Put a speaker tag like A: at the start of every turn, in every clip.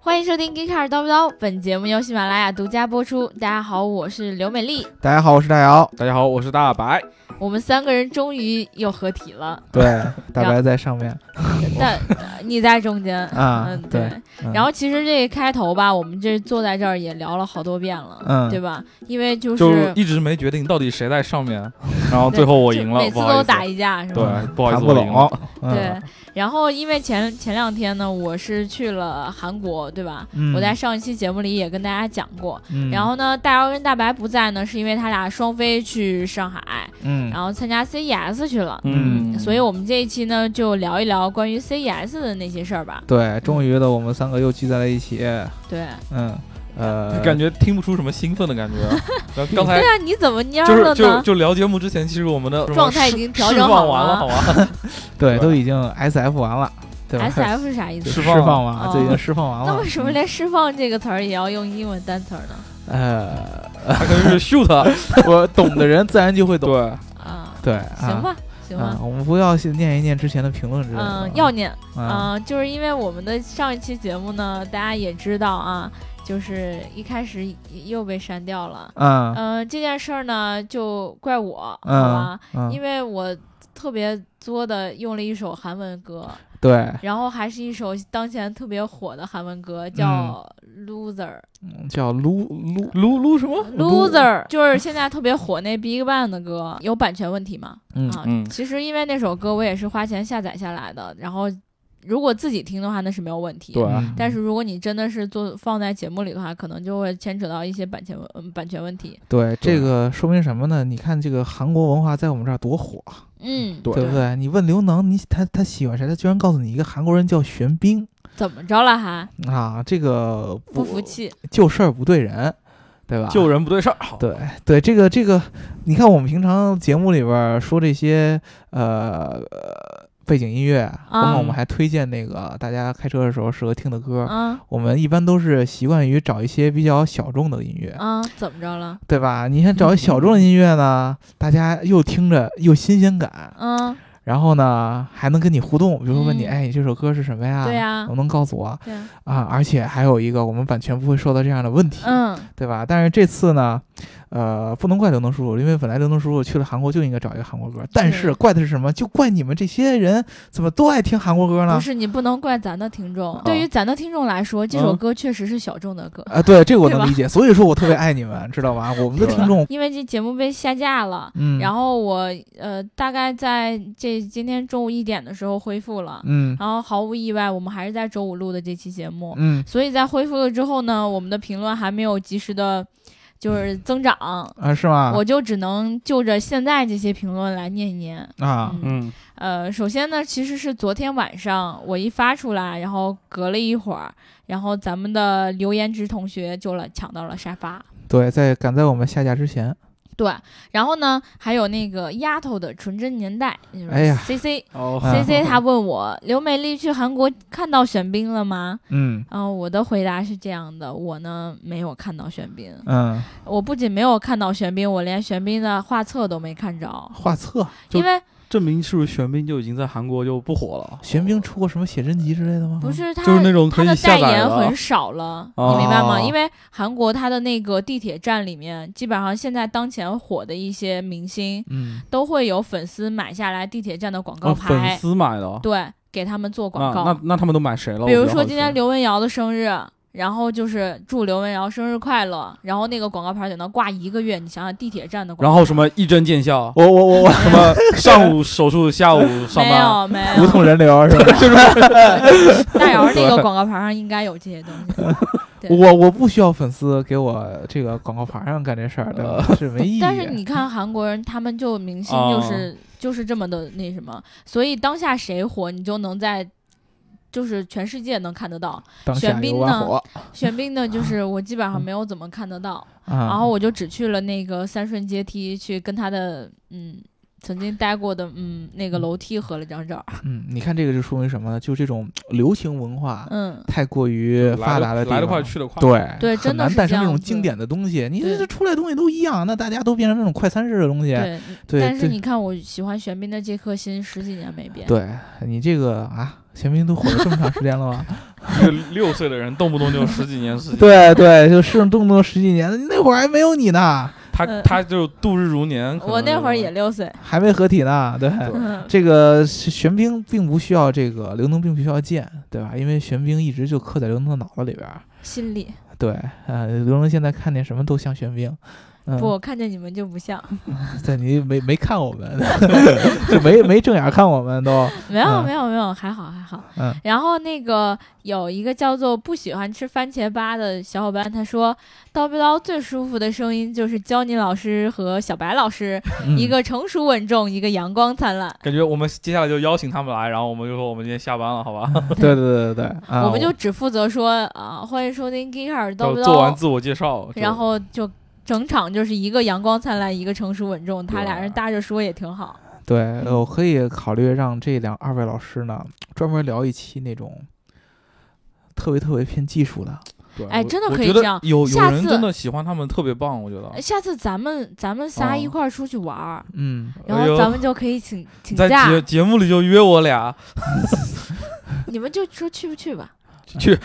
A: 欢迎收听《Geek 叨不叨》，本节目由喜马拉雅独家播出。大家好，我是刘美丽。
B: 大家好，我是大姚。
C: 大家好，我是大白。
A: 我们三个人终于又合体了，
B: 对， 大白在上面
A: 但呃你在中间。
B: 啊
A: 嗯，，
B: 对，嗯
A: 然后其实这开头吧，我们这坐在这儿也聊了好多遍了，
B: 嗯
A: 对吧？因为就是
C: 就一直没决定到底谁在 上面，然后最后我
A: 就
C: 赢了，
A: 每次
C: 不好
A: 都
C: 意思
A: 打一架是吧？
C: 对，不好意
B: 嗯谈
C: 思，
B: 不
C: 我赢了。
B: 拢。嗯
A: 对，然后因为前前两天呢，我是去了韩国，对吧？
B: 嗯
A: 我在上一期节目里也跟大家讲过。
B: 嗯
A: 然后呢，大姚跟大白不在呢，是因为他俩双飞去上海，
B: 嗯
A: 然后参加 CES 去了。
C: 嗯，
A: 所以我们这一期呢，就聊一聊关于 CES 的那些事儿吧。
B: 对，终于的，我们三个又聚在了一起。
A: 对，
B: 嗯，呃，
C: 感觉听不出什么兴奋的感觉。 然后刚才
A: 对啊，你怎么蔫
C: 就
A: 了
C: 是就
A: 呢？
C: 就聊节目之前，其实我们的什么
A: 状态已
C: 释
A: 经调整
C: 释
A: 好
C: 放完
A: 了
C: 了，好 吧？
B: 对，
C: 对
B: 都已经 S F 完了，对吧
A: S F 是啥意
B: 对
A: 思？
C: 释
B: 释
C: 放
B: 放完
A: 哦
B: 了，这已经释放完
A: 那
B: 了
A: 为。什么连释放这个词儿也要用英文单词儿呢？
B: 呃，
C: 他可能 是 shoot，啊
B: 我懂的人自然就会懂。
C: 对，
A: 啊，
B: 对，
A: 行
B: 啊，
A: 吧，行
B: 啊
A: 吧，，
B: 我们不要去念一念之前的评论之类的。
A: 嗯，要念。
B: 啊，
A: 嗯、就是因为我们的上一期节目呢，大家也知道啊，就是一开始又又被删掉了。
B: 嗯
A: 嗯、这件事儿呢，就怪我，好
B: 嗯
A: 吧，
B: 嗯，
A: 因为我特别作的用了一首韩文歌，
B: 对，
A: 然后还是一首当前特别火的韩文歌，叫《
C: 嗯
A: Loser
B: 叫撸撸，
C: 撸撸什么？》
A: ，Loser 就是现在特别火那 BigBang 的歌，有版权问题吗？
B: 嗯
A: 啊，
C: 嗯
A: 其实因为那首歌我也是花钱下载下来的，然后如果自己听的话，那是没有问题。
C: 对
B: 嗯
A: 但是如果你真的是做放在节目里的话，可能就会牵扯到一些版权问嗯版权问题。
B: 对，这
C: 对
B: 个说明什么呢？你看这个韩国文化在我们这儿多火，啊
A: 嗯，
C: 对
B: 对不对？你问刘能，你他他喜欢谁？他居然告诉你一个韩国人叫玄彬
A: 怎么着了还
B: 啊，这个
A: 不服，气？
B: 就事儿不对人，对吧？
C: 救人不对事儿，好，
B: 对对，这个这个，你看我们平常节目里边儿说这些呃呃背景音乐，包括我们
C: 嗯
B: 还推荐那个大家开车的时候适合听的歌，
A: 啊
B: 我们一般都是习惯于找一些比较小众的音乐，
A: 啊，怎么着了？
B: 对吧？你看找一小众的音乐呢，大家又听着又新鲜感，
A: 嗯，
C: 啊
B: 然后呢还能跟你互动，比如说问你，
A: 嗯
B: 哎，你这首歌是什么呀？
A: 对呀
B: 能不能告诉我
A: 对啊，
B: 啊？而且还有一个，我们版权不会受到这样的问题，
A: 嗯，
B: 对吧？但是这次呢，呃，不能怪刘能叔叔，因为本来刘能叔叔去了韩国就应该找一个韩国歌，但是
A: 对
B: 怪的是什么？就怪你们这些人怎么都爱听韩国歌呢
A: 不？是你不能怪咱的听众，对于咱的听众来说，这首
C: 嗯
A: 歌确实是小众的歌，
B: 啊，对，这个我
A: 对吧
B: 能理解，所以说我特别爱你们，知道吧？我们的
C: 对
B: 听众，
A: 因为这节目被下架了。
B: 嗯，
A: 然
B: 后，
A: 后我呃大概在这今天中午一点的时候恢复了，
B: 嗯
A: 然后毫无意外，我们还是在周五录的这期节目。
B: 嗯
A: 所以在恢复了之后呢，我们的评论还没有及时的，就是增长，
B: 啊，是吗？
A: 我就只能就着现在这些评论来念一念。
B: 啊，
A: 嗯
C: 嗯
A: 呃，首先呢，其实是昨天晚上我一发出来，然后隔了一会儿，然后咱们的刘延直同学就了抢到了沙发。
B: 对，在赶在我们下架之前，
A: 对，然后呢，还有那个丫头的纯真年代，就是
B: 哎呀
A: c C
C: 哦
A: C
B: 嗯
A: C，他问我刘美丽去韩国看到玄彬了吗？
B: 嗯
A: 嗯、我的回答是这样的，我呢没有看到玄彬，
B: 嗯，
A: 我不仅没有看到玄彬，我连玄彬的画册都没看着，
B: 画册，
C: 就
A: 因为
C: 证明是不是玄彬就已经在韩国就不火了？
B: 玄彬出过什么写真集之类的吗？
A: 不，是他、
C: 就是那种
A: 他
C: 可以
A: 的代
C: 下载
A: 言
C: 的啊
A: 很少了，
C: 哦
A: 你明白吗？因为韩国他的那个地铁站里面，基本上现在当前火的一些明星
B: 嗯，
A: 都会有粉丝买下来地铁站的广告
C: 哦，
A: 牌，
C: 粉丝买的，
A: 对，给他们做广
C: 那
A: 告。
C: 那那他们都买谁了？
A: 比
C: 我
A: 如
C: 比较
A: 说
C: 好
A: 今
C: 奇
A: 天刘文瑶的生日，然后就是祝刘文瑶生日快乐，然后那个广告牌在那挂一个月，你想想地铁站的广告，
C: 然后什么一针见效，
B: 我我我我，
C: 什么上午手术，下午 上
A: 没
C: 班，
A: 有没
B: 不
A: 有，
B: 痛人流是吧？
C: 就是
A: 大姚那个广告牌上应该有这些东西，对
B: 我我不需要粉丝给我这个广告牌上干这事儿，对吧？是没意义。
A: 嗯
B: 哦
A: 但是 你看韩国人，他们就明星就是、就是这么的那什么，所以当下谁火，你就能在。就是全世界能看得到，
B: 当下
A: 选
B: 有
A: 宾
B: 万
A: 呢
B: 火
A: 玄彬的 就是我基
B: 嗯
A: 本上没有怎么看得到，
B: 啊，
A: 然后我就只去了那个三顺阶梯去跟他的嗯曾经待过的嗯那个楼梯合了张照，
B: 嗯，你看这个就说明什么呢？就这种流行文化
A: 嗯，
B: 太过于发达的地方，
C: 来得快去得快，
B: 对
A: 对
B: 很
A: 真的
B: 难
A: 是
B: 诞
A: 这
B: 生
A: 样
B: 这种
A: 子
B: 经典的东西。你
A: 对
B: 这出来的东西都一样，那大家都变成那种快餐式的东西。
A: 对。
B: 对
A: 但是
B: 对
A: 你看，我喜欢玄彬的这颗心十几年没变。
B: 对你这个啊，玄彬都火了这么长时间了吗？
C: 一个六岁的人动不 动就十几年、十
A: 嗯
C: 几
B: 对
C: 年，
B: 对，就是动不动十几年，那会儿还没有你呢，
C: 他
A: 嗯
C: 他就度日如年。可能
A: 我那
C: 就
A: 会儿也六岁，
B: 还没合体呢。对，
A: 嗯，
B: 这个玄彬并不需要这个刘能，并不需要剑，对吧？因为玄彬一直就刻在刘能的脑子里边儿。
A: 心里
B: 对，呃，刘能现在看见什么都像玄彬。嗯、
A: 不，我看见你们就不像，
B: 对你没没看我们， 就没没正眼看我们都，
A: 没有
B: 嗯
A: 没有没有，还好还好。
B: 嗯
A: 然后那个有一个叫做不喜欢吃番茄吧的小伙伴，他说叨逼叨最舒服的声音就是焦妮老师和小白老师，
B: 嗯
A: 一个成熟稳重，一个阳光灿烂。
C: 感觉我们接下来就邀请他们来，然后我们就说我们今天下班了，好吧？
B: 对对对对对，啊、
A: 我们就只负责说啊，欢迎收听 Geeker 叨
C: 就
A: 不
C: 做完
A: 叨，
C: 自我介绍，就
A: 然后就整场就是一个阳光灿烂，一个成熟稳重，他
C: 对
A: 俩人搭着说也挺好。
B: 对，呃我可以考虑让这两二位老师呢，专门聊一期那种特别特别偏技术的。
C: 对
A: 哎
C: 我
A: 真的
C: 我
A: 可以
C: 觉得
A: 这样
C: 有有
A: 下
C: 人
A: 次哎
C: 真的喜欢他们，特别棒，我觉得。
A: 下次咱们咱们仨
C: 哦
A: 一块儿出去玩儿，
B: 嗯，
A: 然
C: 哎
A: 后
C: 呦
A: 咱们就可以请请
C: 在
A: 假，
C: 节节目里就约我俩
A: 你们就说去不去吧。
C: 去，
B: 去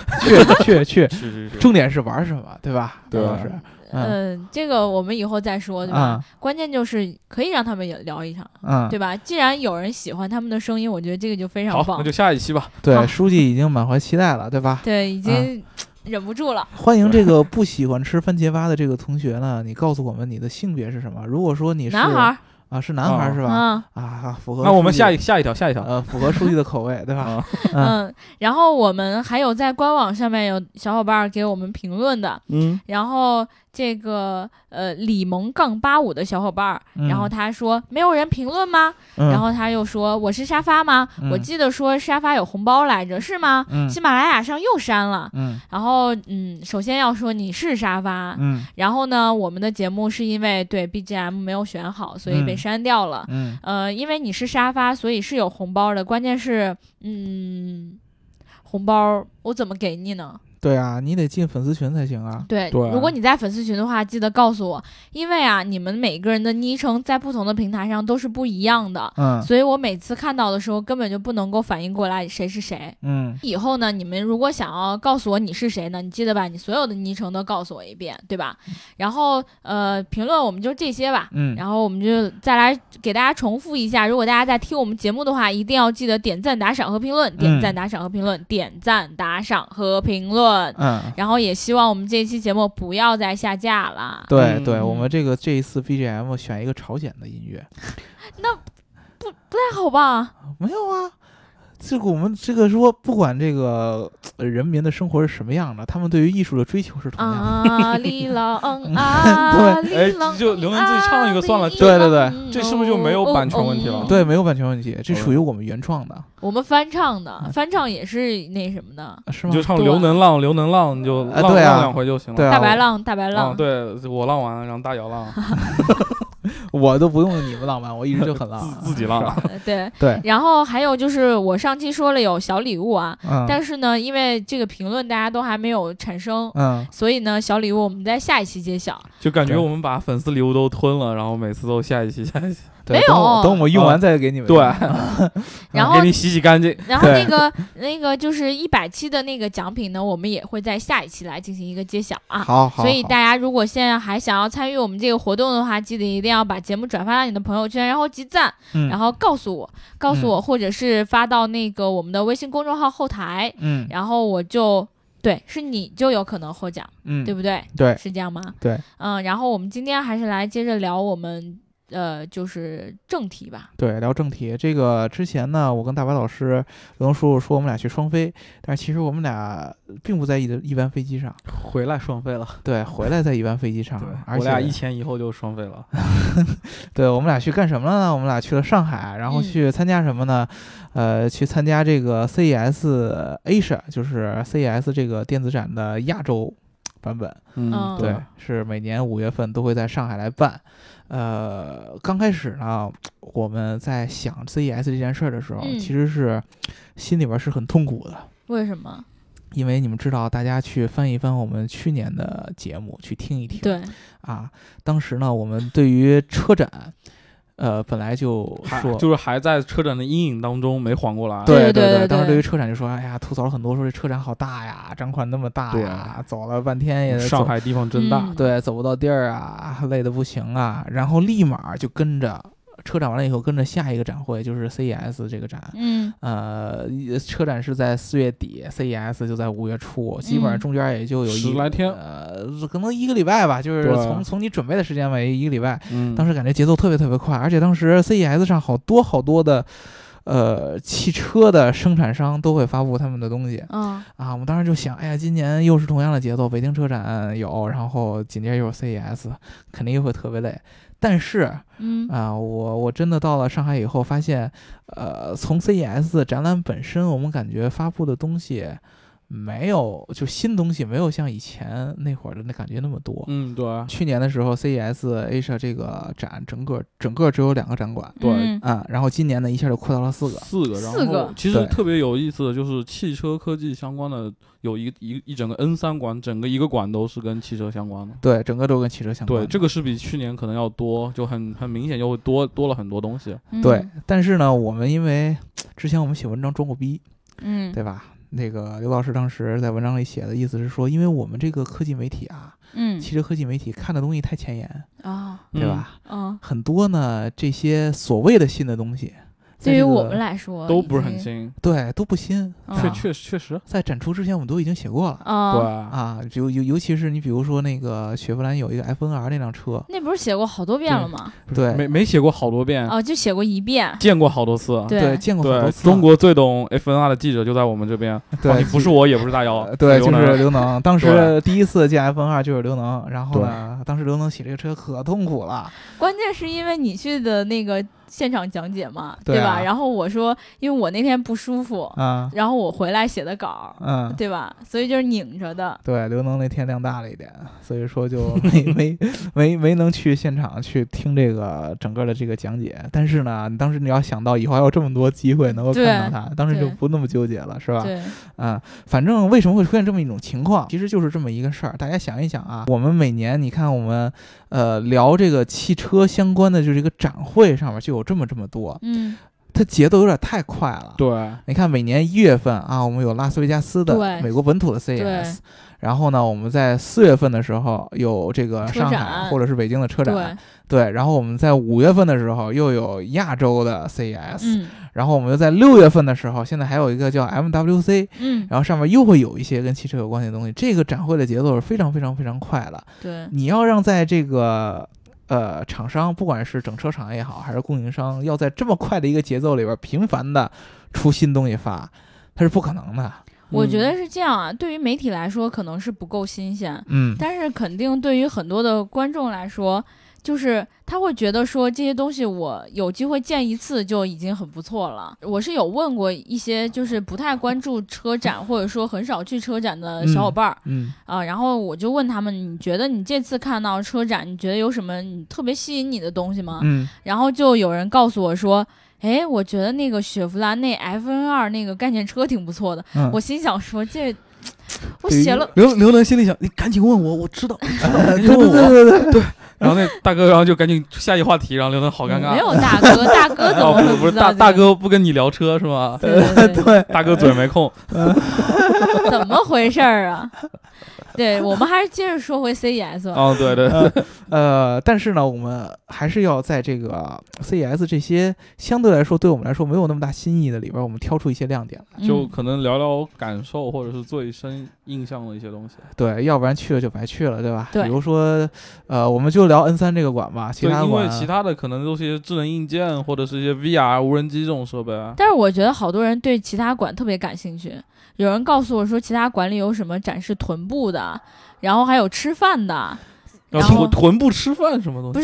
B: 去去，
C: 是是是，
B: 重点是玩什么，对吧？
C: 对啊
B: 老师，嗯
A: 嗯，这个我们以后再说，对吧？
B: 啊
A: 关键就是可以让他们也聊一场，
B: 嗯，
A: 对吧？既然有人喜欢他们的声音，我觉得这个就非常
C: 好，那
A: 棒
C: 就。下一期吧。
B: 对，
A: 好
B: 书记已经满怀期待了，对吧？
A: 对，已经
B: 啊
A: 忍不住了。
B: 欢迎这个不喜欢吃番茄蛙的这个同学呢，你告诉我们你的性别是什么？如果说你是
A: 男孩
B: 啊，是男孩
C: 哦
B: 是
A: 儿
B: 吧？
A: 啊，
B: 啊，符合
C: 那我们
B: 书记
C: 下一下一条，下一条。
B: 呃符合书记的口味，对吧？
C: 啊，
B: 嗯
A: 嗯，然后我们还有在官网上面有小伙伴儿给我们评论的，
C: 嗯，
A: 然后这个呃李萌杠八五的小伙伴儿，
B: 嗯
A: 然后他说没有人评论吗？
B: 嗯
A: 然后他又说我是沙发吗？
B: 嗯
A: 我记得说沙发有红包来着，是吗？
B: 嗯
A: 喜马拉雅上又删了。
B: 嗯
A: 然后，嗯，首先要说你是沙发，
B: 嗯
A: 然后呢，我们的节目是因为对 BGM 没有选好，所以被
B: 嗯
A: 删掉了。
B: 嗯
A: 呃，因为你是沙发，所以是有红包的。关键是，嗯，红包我怎么给你呢？
B: 对啊，你得进粉丝群才行啊。
A: 对，
C: 对
A: 如果你在粉丝群的话，记得告诉我，因为啊，你们每个人的昵称在不同的平台上都是不一样的，
B: 嗯
A: 所以我每次看到的时候根本就不能够反应过来谁是谁。
B: 嗯
A: 以后呢，你们如果想要告诉我你是谁呢，你记得把你所有的昵称都告诉我一遍，对吧？
C: 嗯
A: 然后呃，评论我们就这些吧。
B: 嗯，
A: 然后我们就再来给大家重复一下，如果大家在听我们节目的话，一定要记得点赞、打赏和评
C: 嗯
A: 论，点赞、打赏和评论，点赞、打赏和评论。
B: 嗯，
A: 然后也希望我们这一期节目不要再下架了，
B: 对
C: 嗯
B: 对，我
A: 嗯
B: 们这个这一次 BGM 选一个朝鲜的音乐，
A: 太好吧？
B: 没有啊。这个我们这个说，不管这个呃人民的生活是什么样的，他们对于艺术的追求是同样的。
A: 啊， 李郎啊，
B: 对
A: 李郎，
C: 哎就刘能自己唱一个算了
A: 啊
B: 对对对，
A: 李郎
C: 这是不是就没有版权问题了
A: 哦哦哦
B: 对，没有版权问题，这属于我们原创的，
A: 我们翻唱的，翻唱也是那什么的，
B: 啊是
C: 你
B: 吗
C: 就？唱刘能浪，刘能浪，你就
B: 啊
C: 浪
B: 对啊
C: 浪两回就行了。
B: 对啊
A: 大白浪，大白
C: 啊
B: 哦
A: 浪，，
C: 对我浪完，然后大姚浪，
B: 我都不用你们浪漫，我一直就很浪漫。
C: 啊自自己浪。
A: 呃 对。
B: 对，
A: 然后还有就是，我上期说了有小礼物啊，
B: 嗯
A: 但是呢，因为这个评论大家都还没有产生，
B: 嗯，
A: 所以呢，小礼物我们在下一期揭晓。
C: 就感觉
B: 对
C: 我们把粉丝礼物都吞了，然后每次都下一期下一期，
B: 对
A: 没
B: 等我
A: 有
B: 等我们用完再给你们。
C: 对，
A: 然后
C: 给，你洗洗干净。
A: 然后
B: 对
A: 那个那个就是一百期的那个奖品呢，我们也会在下一期来进行一个揭晓啊。
B: 好好。
A: 所以
B: 好
A: 大家如果现在还想要参与我们这个活动的话，记得一定要把节目转发到你的朋友圈，然后集赞，
B: 嗯
A: 然后告诉我，告诉
B: 嗯
A: 我，或者是发到那个我们的微信公众号后台，
B: 嗯
A: 然后我就对，是你就有可能获奖，
B: 嗯
A: 对不对？
B: 对
A: 是这样吗？
B: 对，
A: 嗯，然后我们今天还是来接着聊我们呃，就是正题吧。
B: 对，聊正题。这个之前呢，我跟大白老师、刘能叔叔说我们俩去双飞，但是其实我们俩并不在一的一班飞机上。
C: 回来双飞了，
B: 对，回来在一班飞机上，而且
C: 前一后就双飞 了。
B: 对我们俩去干什么了呢？我们俩去了上海，然后
A: 嗯
B: 去参加什么呢？呃，去参加这个 CES Asia，就是 CES 这个电子展的亚洲版本。
A: 嗯
B: 对，是每年五月份都会在上海来办。呃，刚开始呢，我们在想 CES 这件事儿的时候，
A: 嗯
B: 其实是心里边是很痛苦的，
A: 为什么？
B: 因为你们知道，大家去翻一翻我们去年的节目，去听一听。
A: 对，
B: 啊，当时呢，我们对于车展，呃，本来就
C: 还
B: 说，
C: 就是还在车展的阴影当中没缓过来。
A: 对
B: 对
A: 对对
B: 当时
A: 对
B: 对于车展就说，哎呀，吐槽了很多，说这车展好大呀，展款那么大呀，走了半天也
C: 啊嗯上
B: 走
C: 海地方真大，
A: 嗯
B: 对，走不到地儿啊，累得不行啊，然后立马就跟着车展完了以后，跟着下一个展会就是 CES 这个展。
A: 嗯
B: 呃，车展是在四月底，CES 就在五月初，基本上
A: 嗯
B: 中间也就有一
C: 十来天
B: 呃，可能一个礼拜吧，就是
C: 对啊
B: 从从你准备的时间为一个礼拜，
C: 嗯，
B: 当
C: 时
B: 时感觉节奏特别特别快，而且当时 CES 上好多好多的。呃，汽车的生产商都会发布他们的东西
A: 嗯
B: 啊，我们当时就想，哎呀，今年又是同样的节奏，北京车展有，然后紧接着又是 CES，肯定又会特别累。但是啊、
A: 嗯
B: 我我真的到了上海以后，发现，呃，从 CES 的展览本身，我们感觉发布的东西没有，就新东西没有像以前那会儿的那感觉那么多。
C: 嗯对
B: 去年的时候，CES Asia 这个展整个整个只有两个展馆
C: 对
A: 嗯
B: 啊，然后今年呢一下就扩到了四个。
C: 四个，然
A: 四
C: 后
A: 个
C: 其
B: 对
C: 实特别有意思的就是汽车科技相关的有一一一整个 N 三馆，整个一个馆都是跟汽车相关的。
B: 对，整个都跟汽车相关
C: 对，
B: 的。
C: 这个是比去年可能要多，就很很明显就会多多了很多东西。
A: 嗯
B: 对，但是呢，我们因为之前我们写文章装过逼，
A: 嗯
B: 对吧？那个刘老师当时在文章里写的意思是说，因为我们这个科技媒体啊，
A: 嗯
B: 汽车科技媒体看的东西太前沿，
A: 啊
B: 对吧？
A: 啊，
B: 很多呢这些所谓的新的东西，在
A: 对于
B: 这个
A: 我们来
B: 嗯
A: 说
C: 都
A: 已
C: 不是很
A: 经
C: 新，
B: 对都不新，
A: 嗯
C: 确
B: 啊
C: 确实确实，
B: 在展出之前我们都已经写过了。
C: 对
A: 啊。
B: 啊，就尤尤其是你比如说那个雪佛兰有一个 F N R 那辆车，
A: 那不是写过好多遍了吗？
C: 不是
B: 对
C: 没没写过好多遍，
A: 哦，就写过一遍。
C: 见过好多次。
B: 嗯对，见过好多
C: 对，
B: 次了。啊
C: 中国最懂 FNR 的记者就在我们这 边，
B: 对
C: 你不是我，也不是大姚
B: 呃，对，
C: 刘
B: 就
C: 能
B: 是刘能。当时
C: 对
B: 第一次见 F N R 就是刘能，然后呢，当时刘能写这个车可痛苦了。
A: 关键是因为你去的那个现场讲解嘛，
B: 对啊
A: 吧？然后我说，因为我那天不舒服，
B: 啊，
A: 然后我回来写的稿，
B: 嗯，
A: 对吧？所以就是拧着的。
B: 对，刘能那天量大了一点，所以说就 没没没没能去现场去听这个整个的这个讲解。但是呢，你当时你要想到以后还有这么多机会能够看
A: 对
B: 到他，当时就
A: 对
B: 不那么纠结了，是吧？
A: 对，
B: 啊、反正为什么会出现这么一种情况，其实就是这么一个事儿。大家想一想啊，我们每年你看我们呃聊这个汽车相关的，就是一个展会上面就有这么这么多，
A: 嗯，
B: 它节奏有点太快了。
C: 对，
B: 你看，每年一月份啊，我们有拉斯维加斯的
A: 对
B: 美国本土的
A: 对
B: CES，然后呢，我们在四月份的时候有这个
A: 车
B: 上海
A: 展
B: 或者是北京的车展，
A: 对，
B: 对然后我们在五月份的时候又有亚洲的 CES，、
A: 嗯
B: 然后我们又在六月份的时候，现在还有一个叫 MWC，
A: 嗯，
B: 然后上面又会有一些跟汽车有关系的东西。这个展会的节奏是非常非常非常快的。
A: 对，
B: 你要让在这个呃厂商，不管是整车厂也好，还是供应商，要在这么快的一个节奏里边频繁的出新东西发，它是不可能的。
A: 我觉得
C: 嗯
A: 是这样啊。对于媒体来说，可能是不够新鲜，
B: 嗯，
A: 但是肯定对于很多的观众来说，就是他会觉得说这些东西我有机会见一次就已经很不错了。我是有问过一些就是不太关注车展或者说很少去车展的小伙伴儿
B: 嗯
A: 啊、然后我就问他们，你觉得你这次看到车展，你觉得有什么你特别吸引你的东西吗？
B: 嗯
A: 然后就有人告诉我说。哎，我觉得那个雪佛兰那 F N 二那个概念车挺不错的。
B: 嗯，
A: 我心想说这，我
B: 对于
A: 写了
D: 刘刘能心里想：你赶紧问我，我知道，我知道，你
B: 呃对
D: 问
B: 对
D: 我。
B: 对对对，
C: 然后那大哥，然后就赶紧下一话题，然后刘能好尴尬。
A: 嗯没有大哥，大哥怎么
C: 哦，
A: 会
C: 不不是
A: 知道
C: 大
A: 这个
C: 大？哥不跟你聊车是吗？
A: 对对 对
B: 对，
C: 大哥嘴没 空。
A: 对，怎么回事儿啊？对我们还是接着说回 CES 吧。
C: 哦，对对，对
B: 呃，但是呢，我们还是要在这个 CES 这些相对来说对我们来说没有那么大新意的里边，我们挑出一些亮点来。
A: 嗯
C: 就可能聊聊感受或者是最深印象的一些东西。
B: 对，要不然去了就白去了，对吧？
A: 对
B: 比如说，呃，我们就聊 N 三这个馆吧，其
C: 对，
B: 他
C: 因为
B: 馆
C: 其他的可能都是一些智能硬件或者是一些 VR 无人机这种设备啊。
A: 但是我觉得好多人对其他馆特别感兴趣。有人告诉我说，其他馆里有什么展示臀部的，然后还有吃饭的，
C: 然
A: 然后
C: 后臀臀部吃饭什么东西？
A: 不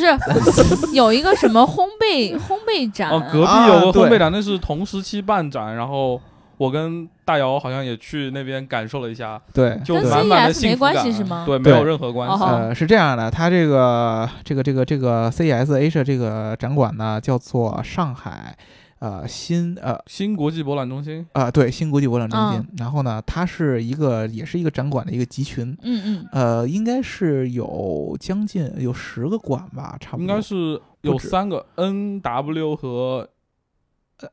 A: 是 有一个什么烘焙烘焙展，
C: 哦啊哦，隔壁有个烘焙展，那是同时期办展，然后我跟大姚好像也去那边感受了一下，
B: 对，
C: 就
A: 跟
C: 满满的
A: CES
C: 幸
A: 没
C: 福
A: 关系
C: 感啊
A: 是吗
C: 对，没有
B: 对
C: 任何关
A: 哦
C: 系。
B: 呃，是这样的，它这个这个这个这个 CES Asia 这个展馆呢，叫做上海呃新呃
C: 新国际博览中心，
B: 啊、对新国际博览中心。
A: 嗯
B: 然后呢，它是一个也是一个展馆的一个集群，
A: 嗯嗯，
B: 呃，应该是有将近有十个馆吧，差不多
C: 应该是有
B: 不止
C: 三个 N W 和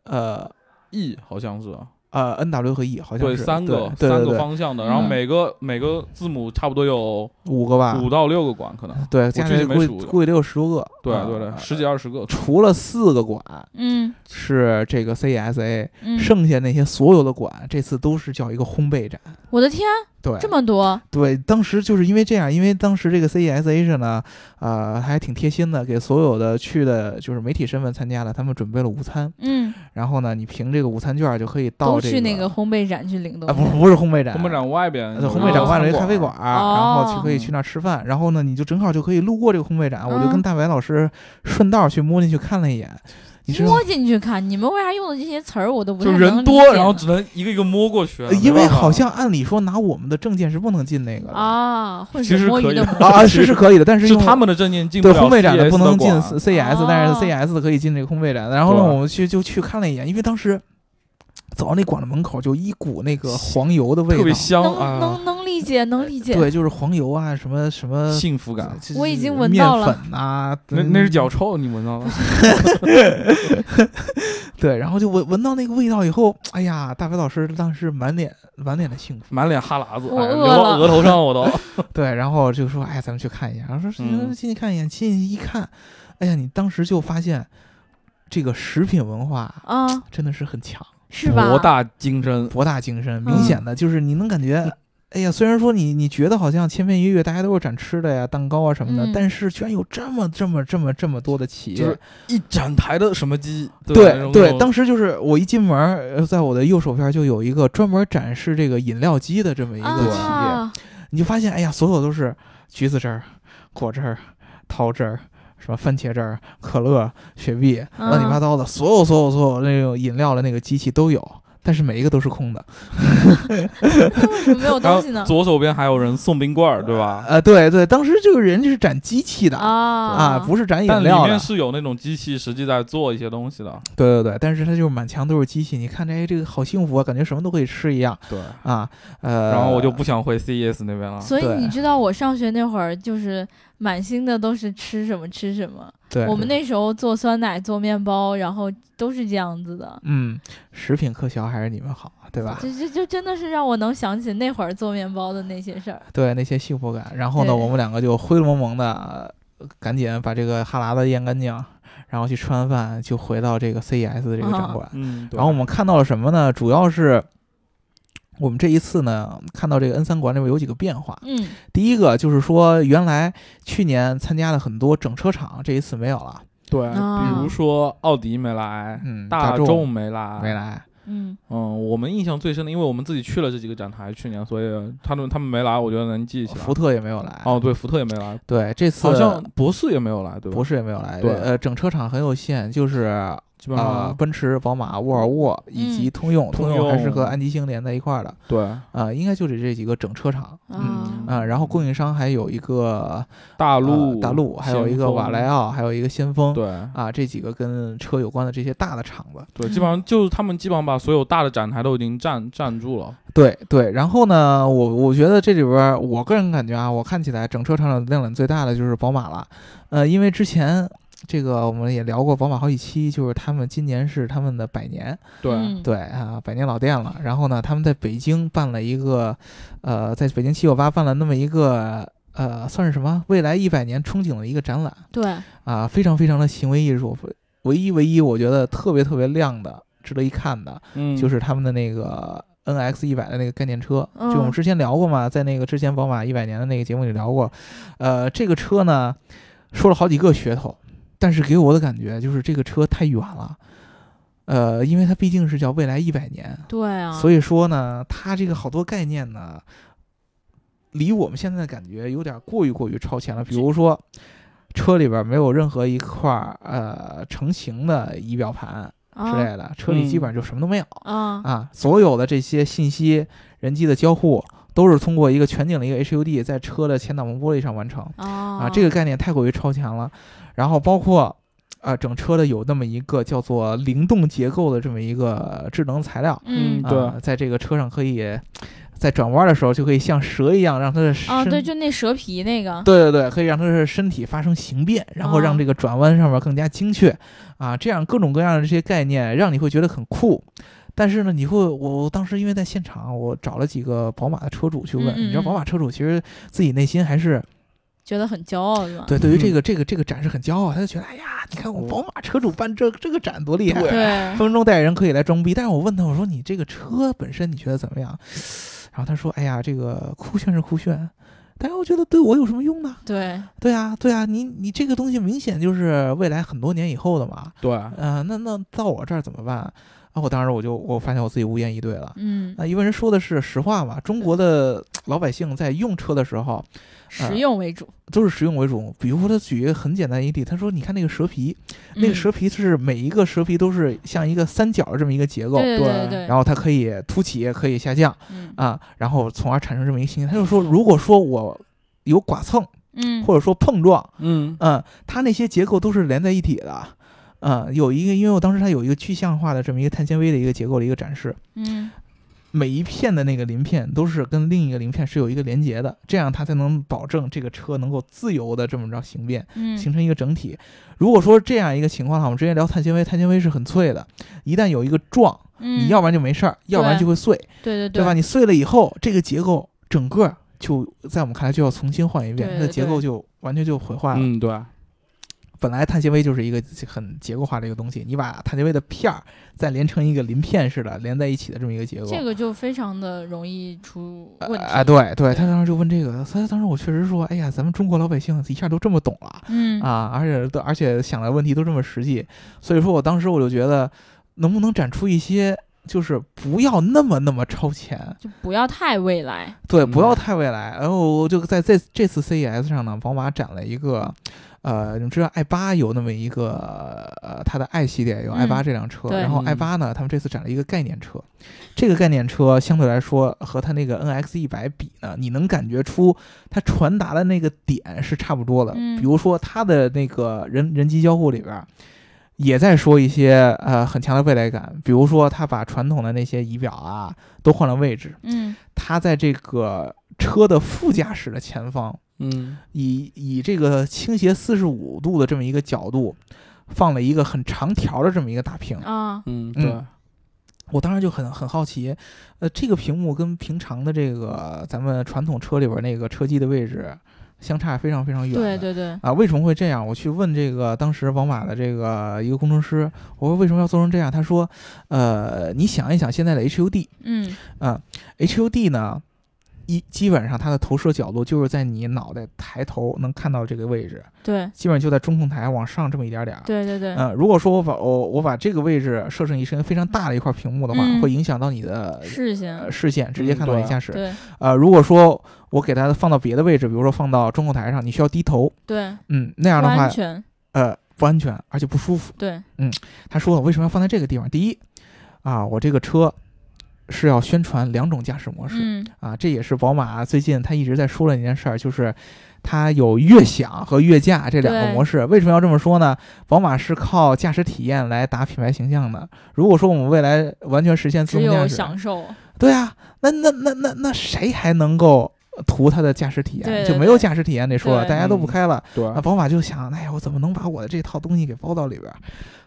B: 呃
C: E，好像是
B: 呃 N W 和 E 好像
C: 对
B: 是
C: 三个
B: 对对
C: 三个
B: 对
C: 方向的，然后
A: 嗯
C: 每个每个字母差不多有
B: 五个吧，
C: 五到六个馆，可能
B: 对，加起
C: 具
B: 来
C: 体没
B: 估计
C: 数过
B: 估计得有十多个，
C: 对
B: 啊
C: 对对，十几二十个。
B: 除了四个馆
A: 嗯
B: 是这个 CESA，、
A: 嗯，
B: 剩下那些所有的馆这次都是叫一个烘焙展。
A: 我的天，啊
B: 对，
A: 这么多，
B: 对，当时就是因为这样，因为当时这个 CESA 上呢，呃，还挺贴心的，给所有的去的就是媒体身份参加的，他们准备了午餐，
A: 嗯，
B: 然后呢，你凭这个午餐券就可以到
A: 都
B: 这
A: 去那个烘焙展去领东
B: 啊，
A: 西，
B: 不不是烘焙展，
C: 烘焙展外边，
B: 呃。烘焙展
A: 哦
B: 外了一
C: 个
B: 咖啡馆，然后
A: 哦
B: 去可以去那儿吃饭，然后呢，你就正好就可以路过这个烘焙展，我就
A: 嗯
B: 跟大白老师顺道去摸进去看了一眼，你知道吗
A: 摸进去看，你们为啥用的这些词儿我都不
C: 就
A: 太
C: 人
A: 能理
C: 多，
A: 解
C: 然后
A: 呢
C: 只能一个一个摸过去啊
B: 呃。因
C: 没
B: 为
C: 办法
B: 好像按理说拿我们的证件是不能进那个的
A: 啊，浑
C: 其
A: 水
C: 实
A: 摸
C: 可
A: 鱼
C: 以
A: 的
C: 的
A: 摸
B: 啊啊是是可以的，但是
C: 是
B: 因为
C: 他们的证件进不
B: 对
C: 了
B: 烘焙展的
C: CES
B: 不能进
C: 馆
B: CES，但是
A: 哦
B: CES 的可以进这个烘焙展。然后呢，
C: 对啊
B: 我们去就去看了一眼，因为当时走到那馆子门口，就一股那个黄油的味
C: 特别
B: 道，
C: 香
A: 能
C: 啊，
A: 能能理解，能理解。
B: 对，就是黄油啊，什么什么，
C: 幸福感。
B: 这
A: 我已经
B: 这
A: 闻到了
B: 面粉呐，
C: 那
B: 嗯
C: 那是脚臭，你闻 到了？
B: 对，然后就闻闻到那个味道以后，哎呀，大白老师当时满脸满脸的幸福，
C: 满脸哈喇子，
A: 我
C: 哎呀
A: 饿
C: 流到
A: 了
C: 额头上我都。
B: 对，然后就说哎，咱们去看一眼，然后说
C: 嗯
B: 行进去看一眼，进去一看，哎呀，你当时就发现这个食品文化
A: 啊，
B: 真 的是很强。
A: 是吧？
C: 博大精深，
B: 博大精深，
A: 嗯
B: 明显的就是你能感觉，哎呀，虽然说你你觉得好像千篇一律，大家都是展吃的呀、蛋糕啊什么的，
A: 嗯
B: 但是居然有这么这么这么这么多的企业，
C: 就是一展台的什么鸡，吧那
B: 对
C: 种
B: 对，当时就是我一进门，呃在我的右手边就有一个专门展示这个饮料机的这么一个企业，
A: 啊，
B: 你就发现，哎呀，所有都是橘子汁儿、果汁儿、桃汁儿。什么番茄汁儿、可乐、雪碧，
A: 嗯
B: 乱七八糟的，所有所有所有那种饮料的那个机器都有，但是每一个都是空的。
A: 那为什么没有
C: 然
A: 东西
C: 后
A: 呢？
C: 左手边还有人送冰棍儿，对吧？
B: 呃，对对，当时这个人就是展机器的
A: 啊啊
B: 啊，不是展饮
C: 但里
B: 料的
C: 面。是有那种机器实际在做一些东西的，
B: 对对对，但是他就是满墙都是机器，你看着哎，这个好幸福啊，感觉什么都可以吃一样
C: 对。
B: 啊。呃，
C: 然后我就不想回 CES 那边了，
A: 所以
B: 对
A: 你知道我上学那会儿，就是满心的都是吃什么吃什么。
B: 对
A: 我们那时候做酸奶、做面包，然后都是这样子的。
B: 嗯，食品科学还是你们好，对吧？
A: 这这就真的是让我能想起那会儿做面包的那些事儿。
B: 对那些幸福感。然后呢，
A: 对
B: 我们两个就灰蒙蒙的，呃赶紧把这个哈喇子咽干净，然后去吃完饭就回到这个 CES 的这个展
A: 啊
B: 馆。
C: 嗯，对
B: 然后我们看到了什么呢？主要是我们这一次呢，看到这个 N 三馆里面有几个变化。
A: 嗯
B: 第一个就是说，原来去年参加了很多整车厂，这一次没有了。
C: 对，
A: 啊
C: 比如说奥迪没来，
B: 嗯，
C: 大
B: 众
C: 没来，
B: 没。来。
A: 嗯
C: 嗯，我们印象最深的，因为我们自己去了这几个展台，去年，所以他们他们没来，我觉得能记起来。
B: 福特也没有来。
C: 哦，对，福特也没来，
B: 对，这次
C: 好像博士也没有来，对吧？
B: 博士也没有来。
C: 对
B: 呃，整车厂很有限，就是
C: 基本上、
B: 呃，奔驰、宝马、沃尔沃以及通用，
C: 嗯通
B: 通用还是
C: 用
B: 和安吉星连在一块儿的。
C: 对
B: 呃，应该就是这几个整车厂。嗯
A: 啊
B: 啊、然后供应商还有一个
C: 大
B: 大
C: 陆、
B: 呃大陆，还有一个瓦莱
C: 奥，
B: 奥，还有一个先锋。
C: 对
B: 啊，这几个跟车有关的这些大的厂子。
C: 对，基本
B: 嗯
C: 上就是他们基本上把所有大的展台都已经占占住了。
B: 对对，然后呢，我我觉得这里边儿，我个人感觉啊，我看起来整车厂亮点最大的就是宝马了，呃，因为之前这个我们也聊过宝马好几期，就是他们今年是他们的百年，
C: 对，
A: 嗯
B: 对啊、百年老店了。然后呢，他们在北京办了一个，呃，在北京七九八办了那么一个。呃，算是什么？未来一百年憧憬的一个展览
A: 对，
B: 啊、非常非常的行为艺术，唯一唯一我觉得特别特别亮的、值得一看的，
C: 嗯，
B: 就是他们的那个 NX 一百的那个概念车，
A: 嗯
B: 就我们之前聊过嘛，在那个之前宝马一百年的那个节目里聊过，呃，这个车呢说了好几个噱头，但是给我的感觉就是这个车太远了，呃，因为它毕竟是叫未来一百年，
A: 对啊，
B: 所以说呢，它这个好多概念呢，离我们现在的感觉有点过于过于超前了，比如说。车里边没有任何一块儿呃成型的仪表盘，之
A: 啊
B: 类的，车里基本上就什么都没有
A: 啊
B: 啊。所有的这些信息、人机的交互，都是通过一个全景的一个 HUD 在车的前挡风玻璃上完成啊。
A: 啊
B: 这个概念太过于超前了。然后包括啊、整车的有那么一个叫做灵动结构的这么一个智能材料，
A: 嗯
C: 对
B: 啊，在这个车上可以在转弯的时候就可以像蛇一样让它的身、
A: 啊对，就那蛇皮那个
B: 对对对，可以让它的身体发生形变，然后让
A: 啊
B: 这个转弯上面更加精确啊，这样各种各样的这些概念，让你会觉得很酷。但是呢，你会，我当时因为在现场，我找了几个宝马的车主去问，
A: 嗯嗯
B: 你知道，宝马车主其实自己内心还是
A: 觉得很骄傲是吧？
B: 对对于这个、这个这个展示很骄傲，他就觉得，哎呀，你看我宝马车主办这这个展多厉害，
A: 对
B: 分分钟带人可以来装逼。但是我问他，我说你这个车本身你觉得怎么样？然后他说，哎呀，这个酷炫是酷炫，但是我觉得对我有什么用呢？
A: 对
B: 对啊，对啊，你你这个东西明显就是未来很多年以后的嘛。
C: 对，
B: 呃，那那到我这儿怎么办啊？我当时我就我发现我自己无言以对了。
A: 嗯
B: 那、因为人说的是实话嘛，中国的老百姓在用车的时候嗯
A: 实用为主，
B: 都是实用为主。比如说，他举一个很简单一例，他说：“你看那个蛇皮，那个
A: 嗯
B: 蛇皮是每一个蛇皮都是像一个三角这么一个结构，
A: 对对
C: 对
A: 对，
B: 然后它可以凸起，可以下降
A: 嗯
B: 啊，然后从而产生这么一个信息。”他就说：“如果说我有剐蹭
A: 嗯
B: 或者说碰撞。”
C: 嗯
B: 嗯，它那些结构都是连在一起的。嗯，有一个，因为我当时它有一个具象化的这么一个碳纤维的一个结构的一个展示，
A: 嗯
B: 每一片的那个鳞片都是跟另一个鳞片是有一个连接的，这样它才能保证这个车能够自由的这么着形变，
A: 嗯
B: 形成一个整体。如果说这样一个情况的话，我们之前聊碳纤维，碳纤维是很脆的，一旦有一个撞，你
A: 你
B: 要不然就没事儿，要不然
A: 对
B: 就会碎，
A: 嗯对对
B: 对吧？？你碎了以后，这个结构整个就在我们看来就要重新换一遍，
A: 对
B: 它的
A: 对
B: 结
A: 对
B: 构就完全就毁坏了。
C: 嗯对，
B: 本来碳纤维就是一个很结构化的一个东西，你把碳纤维的片儿再连成一个鳞片似的连在一起的这么一个结构。
A: 这个就非常的容易出问题
B: 啊、对对，他当时就问这个，所以当时我确实说，哎呀，咱们中国老百姓一下都这么懂了、
A: 嗯
B: 啊，而且都而且想的问题都这么实际，所以说我当时我就觉得，能不能展出一些就是不要那么那么超前，
A: 就不要太未来，
B: 对，
C: 嗯
B: 不要太未来。然后我就在这这次 CES 上呢，宝马展了一个，呃，你们知道 i 八有那么一个，呃，它的 i 系列有 i 八
A: 嗯
B: 这辆车，
A: 对
B: 然后
C: 嗯
B: i 八呢，他们这次展了一个概念车，这个概念车相对来说和它那个 NX 一百比呢，你能感觉出它传达的那个点是差不多的。
A: 嗯
B: 比如说它的那个人人机交互里边儿。也在说一些呃很强的未来感，比如说它把传统的那些仪表啊都换了位置，
A: 嗯
B: 它在这个车的副驾驶的前方，
C: 嗯
B: 以以这个倾斜四十五度的这么一个角度，放了一个很长条的这么一个大屏。
A: 啊
C: 嗯对
B: 嗯，我当时就很很好奇，呃，这个屏幕跟平常的这个咱们传统车里边那个车机的位置相差非常非常远。
A: 对。对对，
B: 啊，为什么会这样？我去问这个当时宝马的这个一个工程师，我说为什么要做成这样？他说，呃，你想一想现在的 HUD，
A: 嗯
B: HUD 呢，一基本上它的投射角度就是在你脑袋抬头能看到这个位置，
A: 对
B: 基本上就在中控台往上这么一点点儿。
A: 对对对，
B: 啊嗯、如果说我把我我把这个位置设成一身非常大的一块屏幕的话，
A: 嗯
B: 会影响到你的
A: 视线
B: 呃视线，直接
C: 嗯
B: 看到你
C: 对啊
B: 驾驶。
A: 对
B: 呃，如果说我给它放到别的位置，比如说放到中控台上，你需要低头，
A: 对，
B: 嗯，那
A: 不
B: 样的话
A: 安，全
B: 呃，不安全，而且不舒服。
A: 对
B: 他说了，为什么要放在这个地方？第一，啊，我这个车是要宣传两种驾驶模式。
A: 嗯
B: 啊，这也是宝马最近他一直在说的一件事儿，就是它有悦享和悦驾这两个
A: 对
B: 模式。为什么要这么说呢？宝马是靠驾驶体验来打品牌形象的。如果说我们未来完全实现自
A: 只
B: 动驾
A: 有
B: 驶，
A: 享受
B: 对啊，那那那那那谁还能够图它的驾驶体验？
A: 对
B: 就
A: 对
B: 没有
A: 对
B: 驾驶体验这说了，
A: 对
B: 大家都不
C: 嗯
B: 开了。
C: 对
B: 那宝马就想，哎呀，我怎么能把我的这套东西给包到里边儿？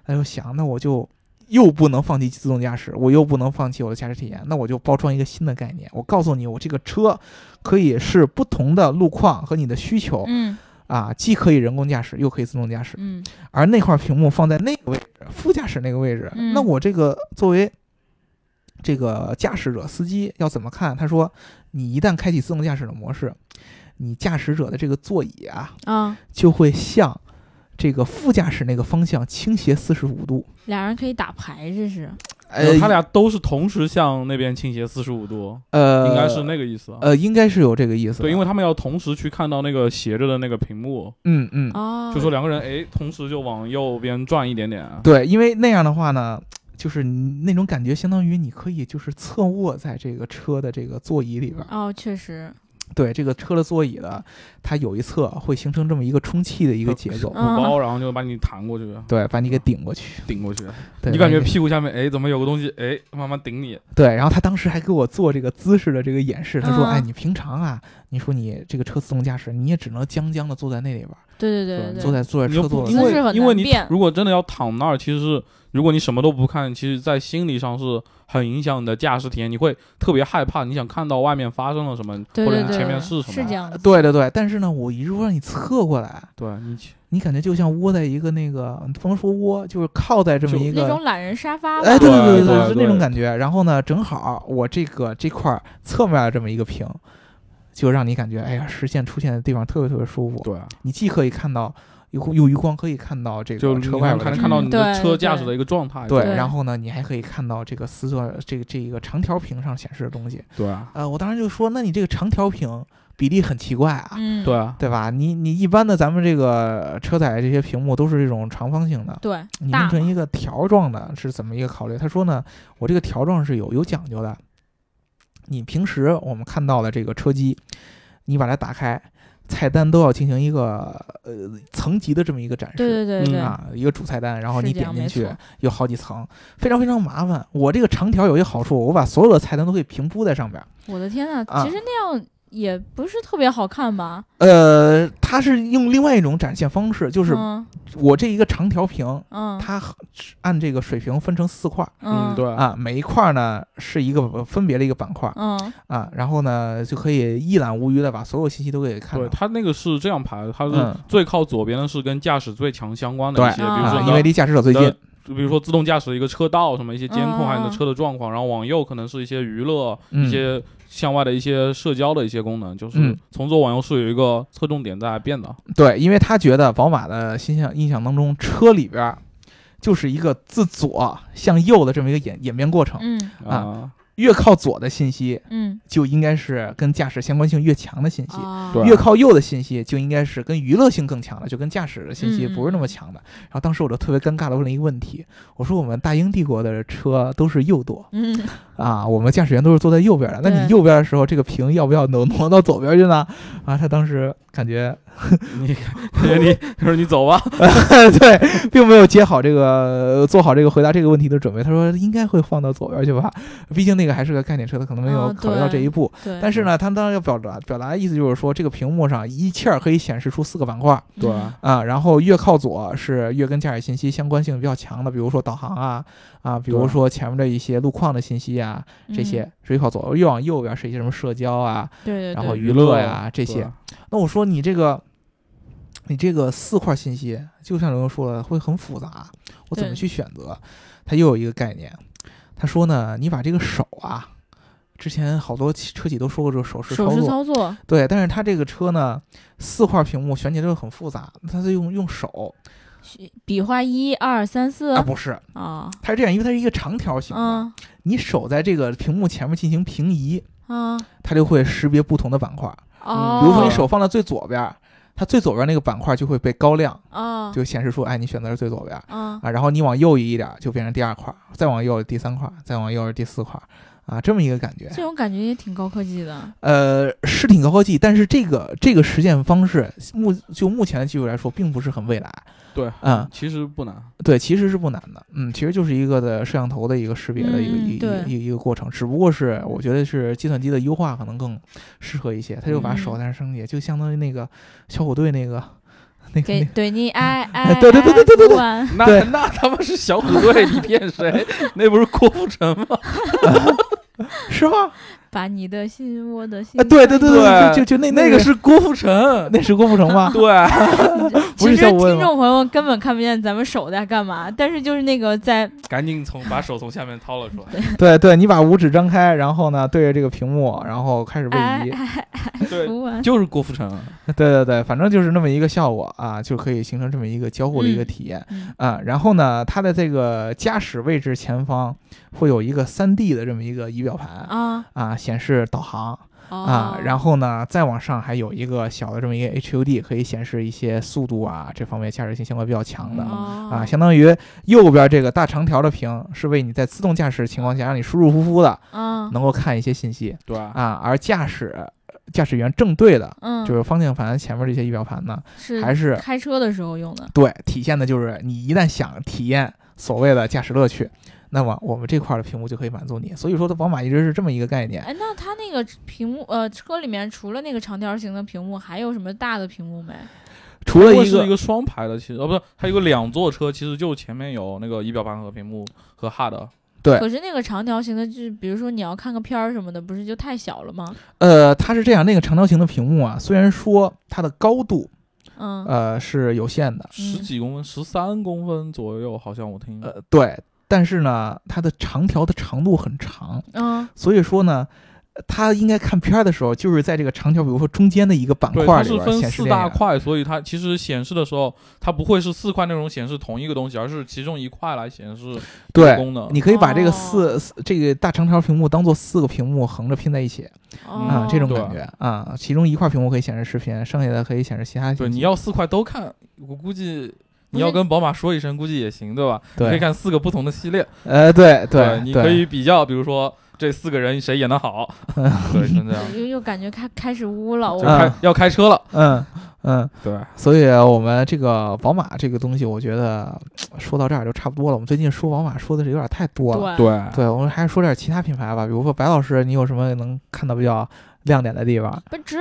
B: 他就想，那我就又不能放弃自动驾驶，我又不能放弃我的驾驶体验，那我就包装一个新的概念。我告诉你，我这个车可以是不同的路况和你的需求
A: 嗯
B: 啊，既可以人工驾驶，又可以自动驾驶。
A: 嗯
B: 而那块屏幕放在那个位置，副驾驶那个位置，
A: 嗯
B: 那我这个作为这个驾驶者司机要怎么看？他说，你一旦开启自动驾驶的模式，你驾驶者的这个座椅啊，
A: 啊，
B: 就会向这个副驾驶那个方向倾斜四十五度。
A: 俩人可以打牌，这是
C: 呃，
B: 哎
C: 他俩都是同时向那边倾斜四十五度，
B: 呃，
C: 应该是那个意思啊。
B: 呃，应该是有这个意思的。
C: 对，因为他们要同时去看到那个斜着的那个屏幕，
B: 嗯嗯，
A: 哦，
C: 就说两个人哎，同时就往右边转一点点啊。
B: 对，因为那样的话呢，就是你那种感觉，相当于你可以就是侧卧在这个车的这个座椅里边儿。
A: 哦，确实，
B: 对，这个车的座椅的，它有一侧会形成这么一个充气的一个结构，
A: 嗯
C: 鼓包，然后就把你弹过去，
B: 对，把你给顶过去。
C: 顶过去，
B: 对
C: 你感觉
B: 把给
C: 屁股下面哎怎么有个东西哎慢慢顶你，
B: 对，然后他当时还给我做这个姿势的这个演示，他说：“
A: 嗯
B: 哎，你平常啊，你说你这个车自动驾驶，你也只能僵僵的坐在那里边儿，
A: 对对对
C: 对
B: 坐在坐在
C: 你又
B: 车
C: 不
B: 座
A: 姿
C: 因
B: 上。
A: 势
C: 为
A: 很
C: 因为
A: 难
C: 你
A: 变
C: 如果真的要躺那儿，其实是如果你什么都不看，其实在心理上是很影响你的驾驶体验，你会特别害怕，你想看到外面发生了什么，
A: 对
C: 或者
A: 对
C: 你
A: 对，
C: 前面是什么，
A: 这样子，
B: 对对对，但是呢，我一如果让你侧过来，
C: 对你起
B: 你感觉就像窝在一个那个，不能说窝，就是靠在这么
C: 就
B: 一
A: 那
B: 个
A: 种懒人沙发吧，
B: 哎，对
C: 对
B: 对
C: 对
B: 是
C: 对
B: 那种感觉。然后呢，正好我这个这块儿侧面儿这么一个屏，就让你感觉，哎呀，视线出现的地方特别特别舒服。
C: 对啊，
B: 你既可以看到有有余光可以看到这
C: 就
B: 个
C: 你
B: 车外
C: 能
B: 边
C: 看
B: 的
A: 车
C: 看到你的
A: 嗯对
C: 车
A: 对
C: 驾驶的一个状态，
B: 对，
A: 对
B: 然后呢，你还可以看到这个四座这个这个长条屏上显示的东西。
C: 对啊，
B: 呃，我当时就说，那你这个长条屏比例很奇怪啊，
A: 嗯，
C: 对啊，
B: 对吧？你你一般的咱们这个车载这些屏幕都是这种长方形的，
A: 对
B: 你
A: 大
B: 弄成
A: 嘛
B: 一个条状的，是怎么一个考虑？他说呢，我这个条状是有有讲究的。你平时我们看到的这个车机，你把它打开，菜单都要进行一个呃层级的这么一个展示。
A: 对对对
C: 嗯
A: 对，
B: 啊，一个主菜单，然后
A: 是
B: 你
A: 这
B: 点
A: 样
B: 进
A: 没
B: 去
A: 错
B: 有好几层，非常非常麻烦。我这个长条有一个好处，我把所有的菜单都可以平铺在上边儿。
A: 我的天呐，
B: 啊
A: 其实那样也不是特别好看吧？
B: 呃，它是用另外一种展现方式，就是
A: 嗯
B: 我这一个长条屏，
A: 嗯
B: 它是按这个水平分成四块儿
A: 嗯
C: 对啊，
B: 啊，每一块儿呢是一个呃分别的一个板块儿
A: 嗯
B: 啊，然后呢就可以一览无余的把所有信息都给看到。
C: 对，它那个是这样排的，它是
B: 嗯
C: 最靠左边的是跟驾驶最强相关的
B: 对
C: 一些，比如
A: 啊
C: 说
B: 啊，因
C: 你的
B: 为离驾驶者最近
C: 的。就比如说自动驾驶的一个车道，什么一些监控，
A: 嗯
C: 还有
B: 哦
C: 你的
A: 嗯
C: 车的状况，然后往右可能是一些娱乐，
B: 嗯
C: 一些向外的一些社交的一些功能，就是
B: 嗯
C: 从左往右是有一个侧重点在变的。
B: 对，因为他觉得宝马的印象印象当中，车里边儿就是一个自左向右的这么一个演演变过程，
A: 嗯
B: 啊越靠左的信息
A: 嗯
B: 就应该是跟驾驶相关性越强的信息。
A: 啊，
C: 对
B: 越靠右的信息就应该是跟娱乐性更强的，就跟驾驶的信息
A: 嗯嗯
B: 不是那么强的。然后当时我就特别尴尬的问了一个问题，我说我们大英帝国的车都是右舵
A: 嗯
B: 啊，我们驾驶员都是坐在右边的，那你
A: 对
B: 右边的时候，这个屏要不要挪挪到左边去呢？啊，他当时感 觉
C: 你 你他说你 走吧，
B: 对，并没有接好这个做好这个回答这个问题的准备。他说应该会放到左边去吧，毕竟那个还是个概念车，他可能没有
A: 啊
B: 考虑到这一步。
A: 对，嗯
B: 但是呢，他当然要表达表达的意思就是说，这个屏幕上一气儿可以显示出四个板块儿
C: 对
A: 嗯
B: 啊，然后越靠左是越跟驾驶信息相关性比较强的，比如说导航啊啊，比如
C: 对
B: 说前面的一些路况的信息啊，这些
A: 嗯
B: 是越靠左，越往右边是一些什么社交啊，
A: 对对
B: 然后
A: 对，
B: 娱
C: 娱
B: 乐
C: 乐
B: 呀这
C: 这
B: 些。那我说你这个，你这个四块信息，就像刘刘说了，会很复杂，我怎么
A: 对
B: 去选择？他又有一个概念，他说呢，你把这个手啊，之前好多汽车企都说过这个手势
A: 手
B: 操
A: 势
B: 作，
A: 操作，
B: 对，但是他这个车呢，四块屏幕选起来就很复杂，他就用用手
A: 比划一二三四
B: 啊，不是，
A: 啊，
B: 它是这样，因为它是一个长条形的，
A: 嗯
B: 你手在这个屏幕前面进行平移，
A: 啊
B: 它就会识别不同的板块，
A: 哦，
B: 比嗯如说你手放到最左边儿，它最左边那个板块就会被高亮。
A: 啊
B: 就显示出，哎，你选择是最左边儿
A: 啊
B: 啊，然后你往右移一点儿就变成第二块儿，再往右第三块儿，再往右是第四块儿啊，这么一个感觉
A: 这。种感觉也挺高科技的，
B: 呃，是挺高科技，但是这个这个实践方式，目就目前的技术来说，并不是很未来。
C: 对，
B: 嗯，
C: 其实不 难。
B: 对，其实是不难的，嗯，其实就是一个的摄像头的一个识别的一个、
A: 嗯
B: 一
A: 对
B: 个一个一个过程，只不过是我觉得是计算机的优化可能更适合一些，它就把手
C: 嗯
B: 在那升级，就相当于那个小虎队那个那个
A: 给
B: 那
A: 对你 爱爱
B: 对对对对对对对
A: 对，
C: 那
B: 对
C: 那他妈是小虎队，你骗谁？ 那不是郭富城吗？
B: 个是吗？
A: 把你的心我的心，
B: 啊，对对对
C: 对
B: 就就就那
C: 嗯那
B: 个
C: 个是郭富城。
B: 那是郭富城 吗？
C: 对，啊
A: 其
B: 不是
A: 实
B: 像我
A: 听众朋友根本看不见咱们手在干嘛，但是就是那个在
C: 赶紧从把手从下面掏了出 来。
B: 对对，你把五指张开，然后呢对着这个屏幕，然后开始位
A: 哎
B: 移。
C: 对，
A: 服 完，
C: 就是郭富城。啊
B: 对对对，反正就是那么一个效果啊，就可以形成这么一个交互的一个
A: 嗯
B: 体验。
A: 嗯
B: 啊，然后呢，它的这个驾驶位置前方会有一个3 D 的这么一个仪表盘
A: 啊
B: 啊，显示导航啊
A: 哦，
B: 然后呢，再往上还有一个小的这么一个 HUD，可以显示一些速度啊这方面驾驶性相关比较强的。
A: 哦
B: 啊，相当于右边这个大长条的屏是为你在自动驾驶情况下让你舒舒服服的
A: 嗯
B: 能够看一些信息
C: 对吧？
B: 啊，而驾驶驾驶员正对的
A: 嗯，
B: 就是方向盘前面这些仪表盘呢，
A: 是
B: 还是
A: 开车的时候用的，
B: 对体现的就是你一旦想体验所谓的驾驶乐趣，那么我们这块儿的屏幕就可以满足你。所以说，宝马一直是这么一个概念。
A: 哎，那它那个屏幕，呃，车里面除了那个长条形的屏幕，还有什么大的屏幕没？
B: 除了
C: 不
B: 一
C: 会是
B: 个
C: 一个双排的，其实哦，不是，它有个两座车，其实就前面有那个仪表盘和屏幕和 HUD。
B: 对
A: 可是那个长条形的，就是比如说你要看个片儿什么的，不是就太小了吗？
B: 呃，它是这样，那个长条形的屏幕啊，虽然说它的高度
A: 嗯，
B: 呃是有限的，
A: 嗯
C: 十几公分，十三公分左右，好像我听。
B: 呃对，但是呢，它的长条的长度很长，
A: 嗯，
B: 所以说呢。它应该看片儿的时候，就是在这个长条，比如说中间的一个板
C: 对，
B: 块
C: 它
B: 里
C: 是
B: 边
C: 分
B: 显示
C: 四
B: 电
C: 大
B: 影。
C: 块，所以它其实显示的时候，它不会是四块内容显示同一个东西，而是其中一块来显示
B: 对
C: 功能。
B: 你可以把这个
A: 哦
B: 四、四这个大长条屏幕当做四个屏幕横着拼在一起啊、
A: 哦，
B: 这种
C: 对
B: 感觉啊。其中一块屏幕可以显示视频，剩下的可以显示其他信息。
C: 对，你要四块都看，我估计
A: 不
C: 你要
A: 是
C: 跟宝马说一声，估计也行，对吧？你可以
B: 对
C: 看四个不同的系列，
B: 呃对
C: 对，
B: 对，
C: 你
B: 对
C: 可以比较，比如说这四个人谁演得好， 对，真这样，
A: 又又感觉开开始污了，
C: 就
A: 我、
C: 开要开车了，哎
B: 嗯嗯，
C: 对，
B: 所以我们这个宝马这个东西，我觉得嗯说到这儿就差不多了。我们最近说宝马说的是有点太多了，
A: 对
C: 对
B: 对，我们还是说点其他品牌吧。比如说白老师，你有什么能看到比较亮点的地方？
A: 奔驰，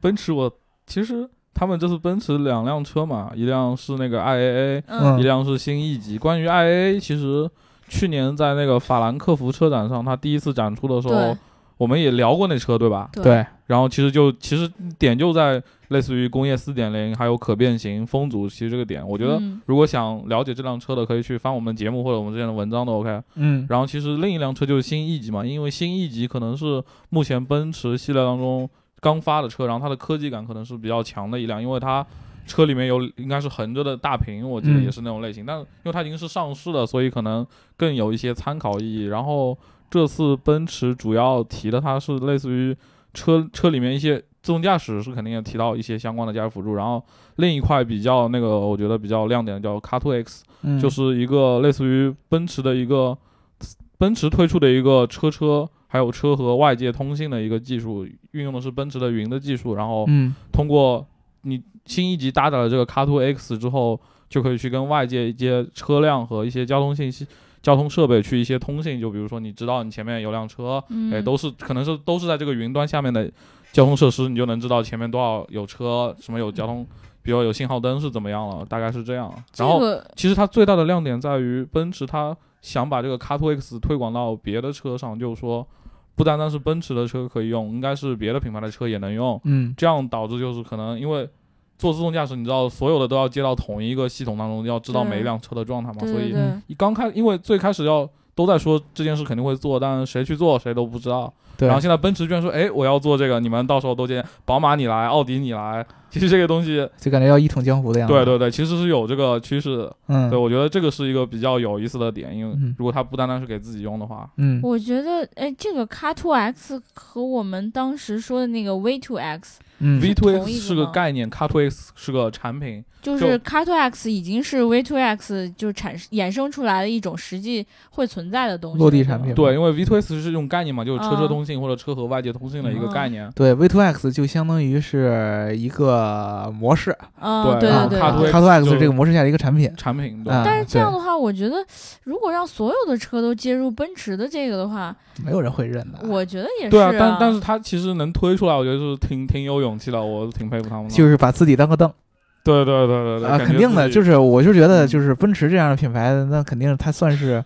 C: 奔驰我其实他们这次奔驰两辆车嘛，一辆是那个 IAA，
A: 嗯
B: 嗯
C: 一辆是新 E 级。关于 IAA，其实去年在那个法兰克福车展上，它第一次展出的时候
A: 对，
C: 我们也聊过那车，对吧？
A: 对
B: 对，
C: 然后其实就其实点就在类似于工业四点零，还有可变型、风阻，其实这个点，我觉得
A: 嗯
C: 如果想了解这辆车的，可以去翻我们的节目或者我们之前的文章都 OK。
B: 嗯
C: 然后其实另一辆车就是新 E 级嘛，因为新 E 级可能是目前奔驰系列当中刚发的车，然后它的科技感可能是比较强的一辆，因为它车里面有应该是横着的大屏，我记得
B: 嗯
C: 也是那种类型，但因为它已经是上市了，所以可能更有一些参考意义。然后这次奔驰主要提的它是类似于车车里面一些。自动驾驶是肯定也提到一些相关的驾驶辅助，然后另一块比较那个，我觉得比较亮点的叫 Car2X，
B: 嗯，
C: 就是一个类似于奔驰的一个奔驰推出的一个车车，还有车和外界通信的一个技术，运用的是奔驰的云的技术，然后
B: 嗯
C: 通过你新一级搭载了这个 Car2X 之后，就可以去跟外界一些车辆和一些交通信息、交通设备去一些通信，就比如说你知道你前面有辆车，
A: 嗯，
C: 哎，都是可能是都是在这个云端下面的交通设施，你就能知道前面多少有车，什么有交通，比如有信号灯是怎么样了，大概是这样。
A: 这
C: 然后
A: 个
C: 其实它最大的亮点在于，奔驰它想把这个 Car2X 推广到别的车上，就是说，不单单是奔驰的车可以用，应该是别的品牌的车也能用。
B: 嗯
C: 这样导致就是可能因为做自动驾驶，你知道所有的都要接到同一个系统当中，要知道
A: 对
C: 每一辆车的状态嘛，
A: 对
C: 所
A: 对
C: 以嗯
A: 对，
C: 一刚开，因为最开始要都在说这件事肯定会做，但谁去做谁都不知道。
B: 对，
C: 然后现在奔驰居然说，哎，我要做这个，你们到时候都见，宝马你来，奥迪你来。其实这个东西，
B: 就感觉要一统江湖的样子。
C: 对，对对，其实是有这个趋势的。
B: 嗯
C: 对，我觉得这个是一个比较有意思的点，因为
B: 嗯
C: 如果它不单单是给自己用的话，
B: 嗯，
A: 我觉得哎，这个 Car Two X 和我们当时说的那个 V Two X，
B: 嗯
C: v
A: 是
C: two
A: 同
C: x
A: 一个
C: 是个
A: 吗
C: 概念 c a r t x 是个产品，
A: 就
C: 就是
A: Car Two X 已经是 V Two X 就产衍生出来的一种实际会存在的东西了，
B: 落地
A: 对
B: 产
A: 吧
B: 品
C: 对，因为 v two x 是一种概念嘛，就是车车
A: 啊
C: 通信或者车和外界通信的一个
A: 嗯
C: 概念。
B: 对 V2X 就相当于是一个模式
A: 嗯，
C: 对
A: 对
B: 啊
A: 对
C: 卡 Car2X
A: 对。
B: ，Car Two X
C: 就
B: 这个模式下的一个产品。
C: 产品对，
B: 啊
A: 但是这
B: 对
A: 样的话，我觉得如果让所有的车都接入奔驰的这个的话，
B: 没有人会认的。
A: 我觉得也是。
C: 对啊，但但是它其实能推出来，我觉得是挺挺有勇气的，我挺佩服他们的。
B: 就是把自己当个凳
C: 对对对对对，
B: 啊，
C: 感
B: 肯
C: 觉
B: 定
C: 自
B: 的，
C: 己
B: 就是我就觉得
C: 嗯
B: 就是奔驰这样的品牌，那肯定它算是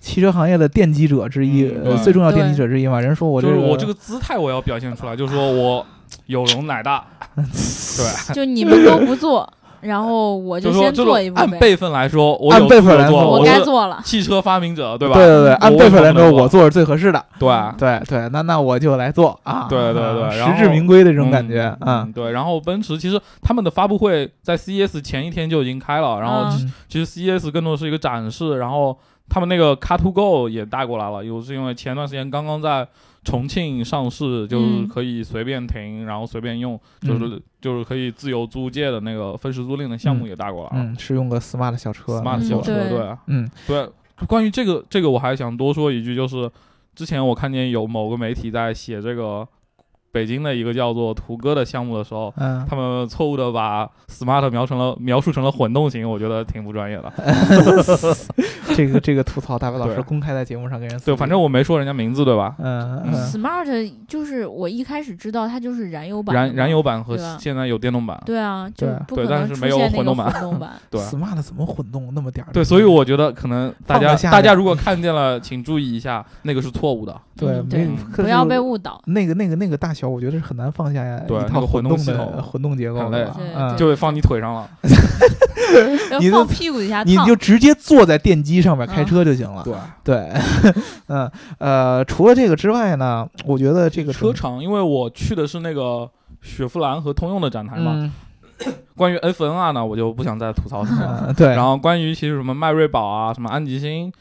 B: 汽车行业的奠基者之一，
C: 嗯
B: 呃
C: 对
B: 最重要
A: 对
B: 奠基者之一嘛。人说我
C: 就
B: 这
C: 是
B: 个，
C: 我这个姿态我要表现出来，就是 说我有容乃大，对，
A: 就你们都不做，然后我
C: 就是说
A: 先
C: 这
A: 做一
C: 种
A: 步
C: 按
A: 呗，
C: 辈分来说，我
B: 按
C: 有
B: 辈
C: 资
B: 分
C: 格
B: 来
C: 做
B: 说
A: 我
C: 我
A: 该
C: 是
A: 做了。
C: 汽车发明者，对
B: 对
C: 吧？
B: 对对，按
C: 我
B: 辈
C: 为什
B: 分
C: 么
B: 来
C: 不能
B: 说，
C: 做
B: 我做是最合适的。
C: 对，啊
B: 对对，那那我就来做啊，
C: 对对对
B: 啊
C: 然后
B: 实至名归的这种感觉啊
C: 嗯，。对。然后奔驰其实他们的发布 E 会在 CES 前一天就已经开了，然后
A: 嗯
C: E 其实 CES 更多的是一个展示，然后他们那个 Car to Go 也带过来了，又是因为前段时间刚刚在重庆上市，就是
A: 嗯
C: 可以随便停，然后随便用，
B: 嗯
C: 就是、就是可以自由租借的那个分时租赁的项目也带过来了、
B: 嗯，是用个 smart 小车
C: s m a r t
B: 没
C: 小
B: 错
C: 车，
A: 嗯对
C: 对啊
B: 嗯，
C: 对，关于这个这个我还想多说一句，就是之前我看见有某个媒体在写这个北京的一个叫做途歌的项目的时候。
B: 嗯，
C: 他们错误的把 smart 描成了描述成了混动型，我觉得挺不专 业的。
B: 这个这个吐槽，大白老师
C: 对
B: 公开在节目上跟人
C: 对，反正我没说人家名字，对吧？
B: 嗯
C: 嗯
B: 嗯
A: Smart 就是我一开始知道它就是燃油版的嘛，
C: 燃燃油版和
A: 对吧
C: 现在有电动版，
A: 对啊，就
B: 对啊
A: 不
C: 对
A: 可
C: 但
A: 能
C: 是
A: 出
C: 没有
A: 现那个
C: 混动版
A: 混动版。
C: 对
B: ，smart 怎么混动那么点儿？
C: 对，所以我觉得可能大
B: 放
C: 家
B: 得下
C: 大
B: 点
C: 家如果看见了，请注意一下，那个是错误的。
B: 对
A: 嗯
B: 没
A: 对
C: 有
B: 可
A: 不要
B: 是
A: 被误 导。
B: 那个那个那个大小，我觉得是很难放下
C: 对
B: 一
C: 那
B: 套
C: 个混动
B: 动
C: 系统
B: 的混动结构
C: 很
B: 的
C: 累
B: 吧
A: 对
B: 嗯
A: 对
C: 就会放你腿上了，
A: 要
B: 你
A: 放
B: 就
A: 屁股底下
B: 你
A: 烫
B: 就直接坐在电机上面开
A: 嗯
B: 车就行了。
C: 对，
B: 对，嗯呃，除了这个之外呢，我觉得这个
C: 车厂，因为我去的是那个雪佛兰和通用的展台嘛。
B: 嗯，
C: 关于 FNR 呢，我就不想再吐槽什 么了。
B: 嗯对，
C: 然后关于其实什么迈锐宝啊、什么安吉星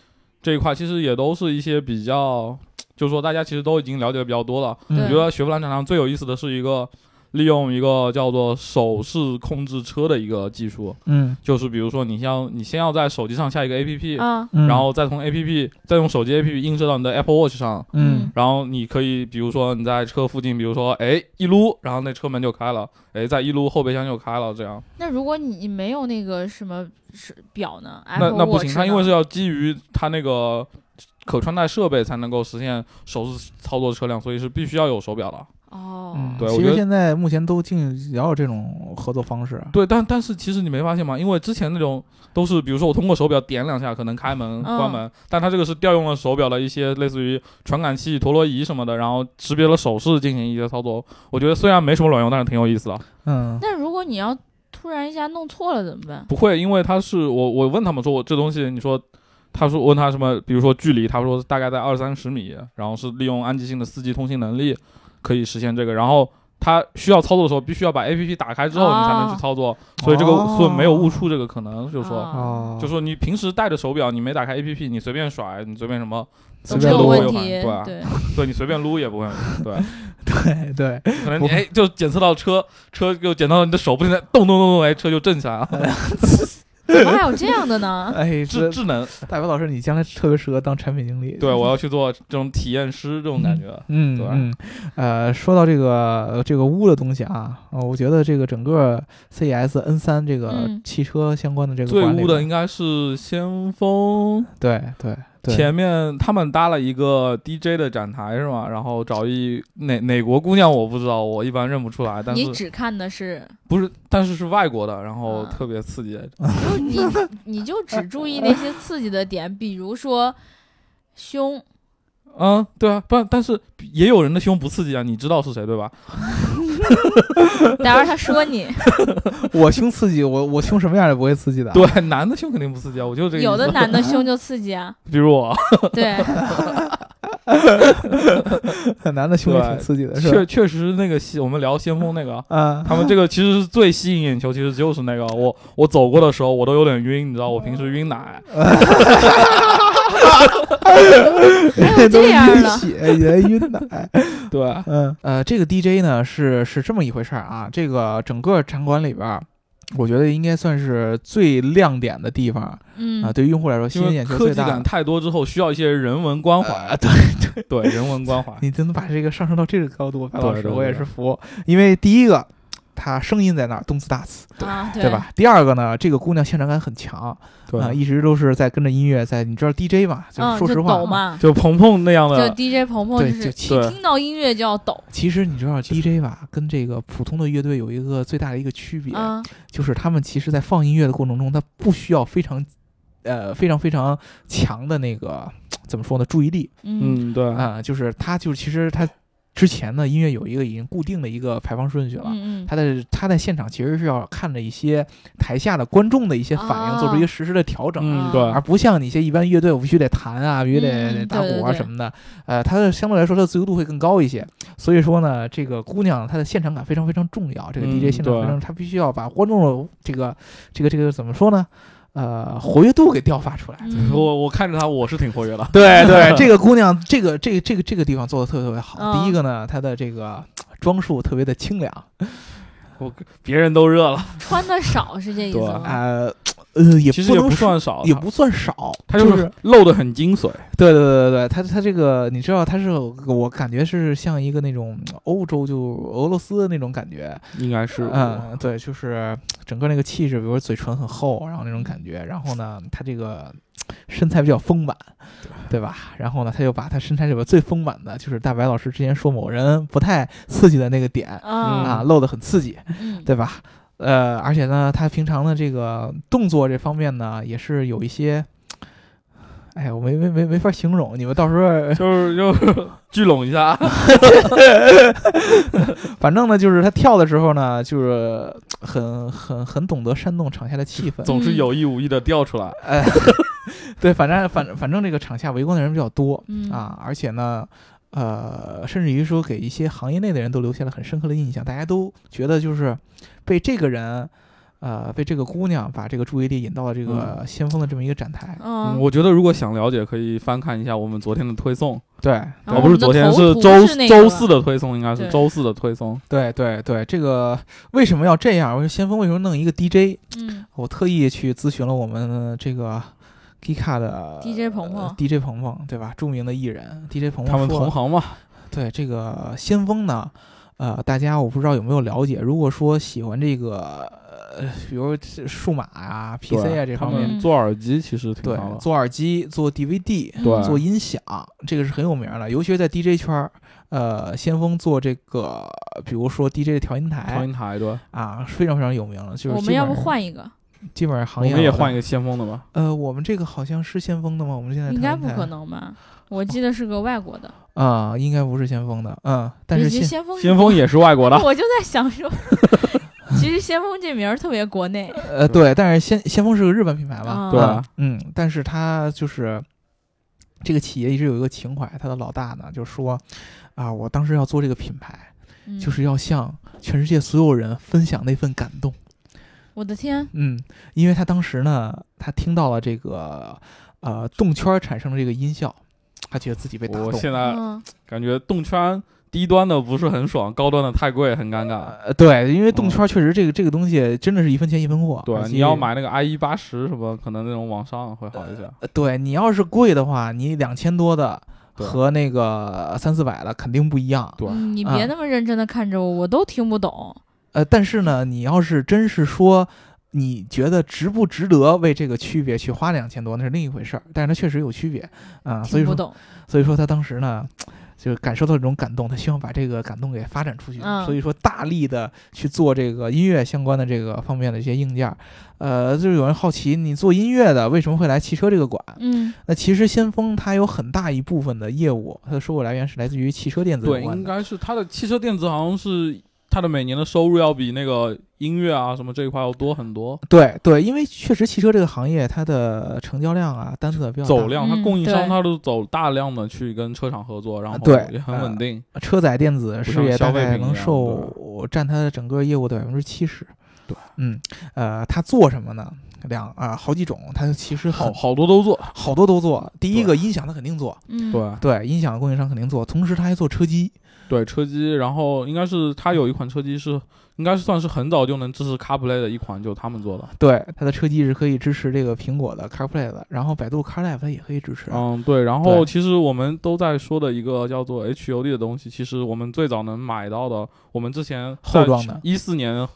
C: 这一块，其实也都是一些比较，就是说大家其实都已经了解的比较多了。
B: 嗯
C: 我觉得雪佛兰展场最有意思的是一个利用一个叫做手势控制车的一个技术，
B: 嗯
C: 就是比如说你像你先要在手机上下一个 APP，、
A: 啊，
B: 嗯，
C: 然后再从 APP 再用手机 APP 映射到你的 Apple Watch 上，
B: 嗯
C: 然后你可以比如说你在车附近，比如说哎一撸，然后那车门就开了，哎再一撸后备箱就开了，这样
A: 那如果你你没有那个什么是表呢？
C: 那那不行，它
A: 他
C: 因为是要基于它那个。可穿戴设备才能够实现手势操作车辆，所以是必须要有手表的。
A: 哦，
B: 嗯，
C: 对我
B: 其
C: 觉
B: 实
C: 得
B: 现在目前都尽也有这种合作方式，
C: 对，但但是其实你没发现吗？因为之前那种都是，比如说我通过手表点两下可能开门、
A: 嗯
C: 关门，但它这个是调用了手表的一些类似于传感器、陀螺仪什么的，然后识别了手势进行一些操作。我觉得虽然没什么卵用，但是挺有意思的。
B: 嗯
A: 那如果你要突然一下弄错了怎么办？
C: 不会，因为它是我我问他们说我这东西，你说。他说问他什么，比如说距离，他说大概在二三十米，然后是利用安吉星的四 G 通信能力可以实现这个。然后他需要操作的时候，必须要把 APP 打开之后你才能
A: 哦
C: 去操作，所以这个所以没有
B: 哦
C: 误触这个可能，就是说
A: 啊
B: 哦，
C: 就说你平时戴着手表，你没打开 APP，你随便甩，你随便 什么，
A: 都
B: 随
A: 没
B: 便
A: 有
B: 撸
A: 问
C: 有反
A: 题，
C: 对啊
A: 对，
C: 对你随便撸也不会，对，
B: 对对，
C: 可能
B: 不
C: 你哎就检测到车，车就检测到你的手不停在动动动动，哎车就震起来了，
A: 怎么还有这样的呢？
B: 哎，
C: 智
B: 这
C: 智能，
B: 大白老师，你将来特别适合当产品经理。
C: 对我要去做这种体验师这种感觉，
B: 嗯
C: 对吧
B: 嗯，呃，说到这个呃这个污的东西啊，呃我觉得这个整个 CES N 三这个
A: 嗯
B: 汽车相关的这个
C: 最
B: 管理
C: 污的
B: 吧
C: 应该是先锋，
B: 对对对，
C: 前面他们搭了一个 DJ 的展台是吗？然后找一哪哪国姑娘我不知道，我一般认不出来， 但
A: 你
C: 是
A: 只看的是，
C: 不是，但是是外国的，然后
A: 啊
C: 特别刺激，
A: 就你你就只注意那些刺激的点，比如说胸，
C: 嗯，对啊，不然，但是也有人的胸不刺激啊，你知道是谁对吧？
A: 待会儿他说 你，
B: 我胸刺激，我我胸什么样也不会刺激的。，啊
C: 对，男的胸肯定不刺激啊，我就这个意思
A: 有的男的胸就刺激 啊，
C: 比如我，
A: 对，
B: 男的胸也
C: 对
B: 挺刺激的，是吧
C: 确？确实那个戏，我们聊先锋那个。
B: 啊，
C: 他们这个其实是最吸引眼球，其实就是那个我我走过的时候我都有点晕，你知道我平时晕奶，
A: 还有
B: 都
A: 这样
B: 晕
A: 的
B: 血也晕 奶。
C: 对，
B: 嗯呃，这个 DJ 呢是是这么一回事儿啊，这个整个场馆里边儿，我觉得应该算是最亮点的地方
A: 嗯
B: 啊，，对于用户来说吸
C: 因
B: 引
C: 为
B: 眼球
C: 科
B: 最
C: 技
B: 大的
C: 感。太多之后需要一些人文关怀，
B: 啊，对，
C: 对人文关 怀，
B: 你真的把这个上升到这个高度，白老
C: 对
B: 师，
C: 对
B: 我也
C: 对
B: 是服。因为第一个，它声音在那儿，动次打次，
A: 啊，
B: 对？吧？第二个呢，这个姑娘现场感很强
C: 对
B: 啊，一直都是在跟着音乐在，你知道 DJ 嘛？就是
A: 嗯，
B: 说
A: 就
B: 实话
A: 抖
B: 啊，
A: 嘛，
C: 就鹏鹏那样
A: 就
C: 的，
A: DJ 鹏鹏
B: 对
A: 就
B: 就是其
A: 一
C: 对
A: 听到音乐就要抖，
B: 其实你知道 DJ 吧，跟这个普通的乐队有一个最大的一个区别，
A: 嗯，
B: 就是他们其实在放音乐的过程中，他不需要非常。呃，非常非常强的那个怎么说呢？注意力
A: 嗯
C: 嗯，对，
B: 啊、就是他就是其实他之前呢，音乐有一个已经固定的一个排放顺序了，
A: 嗯嗯，
B: 他在他在现场其实是要看着一些台下的观众的一些反
A: 哦
B: 应，做出一个实时的调整，
C: 嗯，对，
B: 而不像你一些一般乐队，我必须得弹啊，必须得
A: 嗯
B: 得打
A: 对对
B: 鼓啊
A: 对
B: 什么的。呃，它的相对来说，它的自由度会更高一些。所以说呢，这个姑娘她的现场感非常非常重要。这个
C: 嗯
B: DJ 现场
C: 对
B: 非常，她必须要把观众的这个这个这个怎么说呢？呃活跃度给调发出来。
A: 嗯
C: 我我看着他，我是挺活跃的。
B: 对哎 对，这个姑娘，这个这个这个这个地方做的特别特别好。
A: 嗯
B: 第一个呢，她的这个呃装束特别的清凉，
C: 我别人都热了，
A: 穿的少是这意思
C: 对
A: 吗？
B: 呃呃，也
C: 其实也
B: 能
C: 不
B: 说
C: 算少，
B: 也不算少，
C: 他
B: 就
C: 就是露得很精髓。
B: 对对对对对，他他这个你知道，他是我感觉是像一个那种嗯欧洲就俄罗斯的那种感觉，
C: 应该是，
B: 嗯，对，就是整个那个气质，比如说嘴唇很厚，然后那种感觉，然后呢，他这个身材比较丰满，对吧？然后呢，他就把他身材里边最丰满的，就是大白老师之前说某人不太刺激的那个点啊，
A: 啊，
B: 露得很刺激，
A: 嗯，
B: 对吧？呃，而且呢，他平常的这个动作这方面呢，也是有一些，哎，我没没没没法形容，你们到时候
C: 就是就是 聚拢一下，
B: 反正呢，就是他跳的时候呢，就是很很很懂得煽动场下的气氛，
C: 总是有意无意的调出来。
B: 哎，对，反正反反正这个场下围观的人比较多
A: 嗯
B: 啊，而且呢，呃，甚至于说给一些行业内的人都留下了很深刻的印象，大家都觉得就是被这个人，呃，被这个姑娘把这个注意力引到了这
C: 嗯
B: 个先锋的这么一个展台，
A: 嗯，
C: 我觉得如果想了解，可以翻看一下我们昨天的推送，
B: 对
A: 然
C: 哦，
A: 后
C: 不
A: 我
C: 是
A: 们的
C: 昨天，
A: 头
C: 是
A: 图
C: 周
A: 是那
C: 周
A: 个
C: 四的推送，应该是
A: 对
C: 周四的推送。
B: 对对对，这个为什么要这样？我说先锋为什么弄一个 DJ？
A: 嗯
B: 我特意去咨询了我们这个 Gika 的
A: DJ 鹏鹏
B: DJ 鹏鹏，对吧？著名的艺人 DJ 鹏鹏，
C: 他们同行嘛，
B: 对这个先锋呢，呃，大家我不知道有没有了解。如果说喜欢这个，呃，比如这数码啊、PC 啊
C: 对
B: 这
C: 他
B: 方
C: 们
B: 面，
C: 做耳机其实挺
B: 对
C: 好，的。
B: 做耳机、做 DVD、
A: 嗯
C: 对
B: 做音响，这个是很有名的，尤其是在 DJ 圈儿。呃，先锋做这个，比如说 DJ 的调音
C: 调
B: 台
C: 音台对，
B: 啊，非常非常有名了。就是
A: 我
B: 基
A: 们要
B: 本
A: 不
B: 上，
A: 换一个？
B: 基本上
C: 我
B: 行业
C: 们也
B: 老大
C: 换一个先锋的吧。
B: 呃，我们这个好像是先锋的吗？我们现在
A: 应
B: 调
A: 该
B: 音
A: 不
B: 台
A: 可能 吧？我记得是个外国的，
B: 啊、应该不是先锋的，嗯，但是
A: 其实
B: 先
A: 先锋
C: 先锋也是外 国的，
A: 我就在想 说，其实先锋这名儿特别国内
B: 呃对，但是先先锋是个日本品牌嘛，
A: 啊，
C: 对
B: 啊嗯，但是他就是这个企业一直有一个情怀，他的老大呢就说啊，我当时要做这个品牌，
A: 嗯
B: 就是要向全世界所有人分享那份感动。
A: 我的天，
B: 嗯，因为他当时呢，他听到了这个呃动圈儿产生的这个音效，他觉得自己被打
C: 我
B: 动。
C: 现在
A: 嗯，
C: 感觉动圈低端的不是很爽，高端的太贵，很尴尬。
B: 呃，对，因为动
C: 嗯
B: 圈儿确实这个、这个东西真的是一分钱一分货。而
C: 对，
B: 且
C: 你要买那个 IE 八十什么，可能那种往上会好一些。
B: 呃对你要是贵的话，你两千多的
C: 对
B: 和那个三四百的肯定不一样。
C: 对，
A: 嗯你
B: 啊
A: 别那么认真的看着我，我都听不懂。
B: 呃，但是呢，你要是真是说你觉得值不值得为这个区别去花两千多，那是另一回事儿。但是它确实有区别啊、
A: 听
B: 所以
A: 不
B: 说
A: 懂，
B: 所以说他当时呢，就感受到这种感动，他希望把这个感动给发展出去，
A: 嗯
B: 所以说大力的去做这个音乐相关的这个方面的一些硬件儿。呃，就是有人好奇，你做音乐的为什么会来汽车这个馆？
A: 嗯，
B: 那其实先锋它有很大一部分的业务，它的收入来源是来自于汽车电子有
C: 对，
B: 关
C: 应
B: 的。
C: 该是它的汽车电子好像是它的每年的收入要比那个音乐啊什么这一块要多很多，
B: 对对，因为确实汽车这个行业它的成交量啊单子比较大
C: 走量，它
A: 嗯
C: 供应商
A: 对
C: 它都走大量的去跟车厂合作，然后
B: 对
C: 也很稳定。
B: 车载电子事业大概能
C: 不像消费
B: 受占它的整个业务的百分之七十。
C: 对，
B: 嗯，呃，它做什么呢？两啊、好几种，它其实
C: 好
B: 好
C: 好多都做，
B: 好多都做。第一个音响它肯定做，
A: 嗯，
C: 对
B: 对，音响供应商肯定做，同时它还做车机。
C: 对，车机，然后应该是它有一款车机是，应该是算是很早就能支持 CarPlay 的一款，就他们做的。
B: 对，它的车机是可以支持这个苹果的 CarPlay 的，然后百度 CarLife 它也可以支持。
C: 嗯，对。然后
B: 对
C: 其实我们都在说的一个叫做 HUD 的东西，其实我们最早能买到的，我们之前
B: 后装的
C: 一四年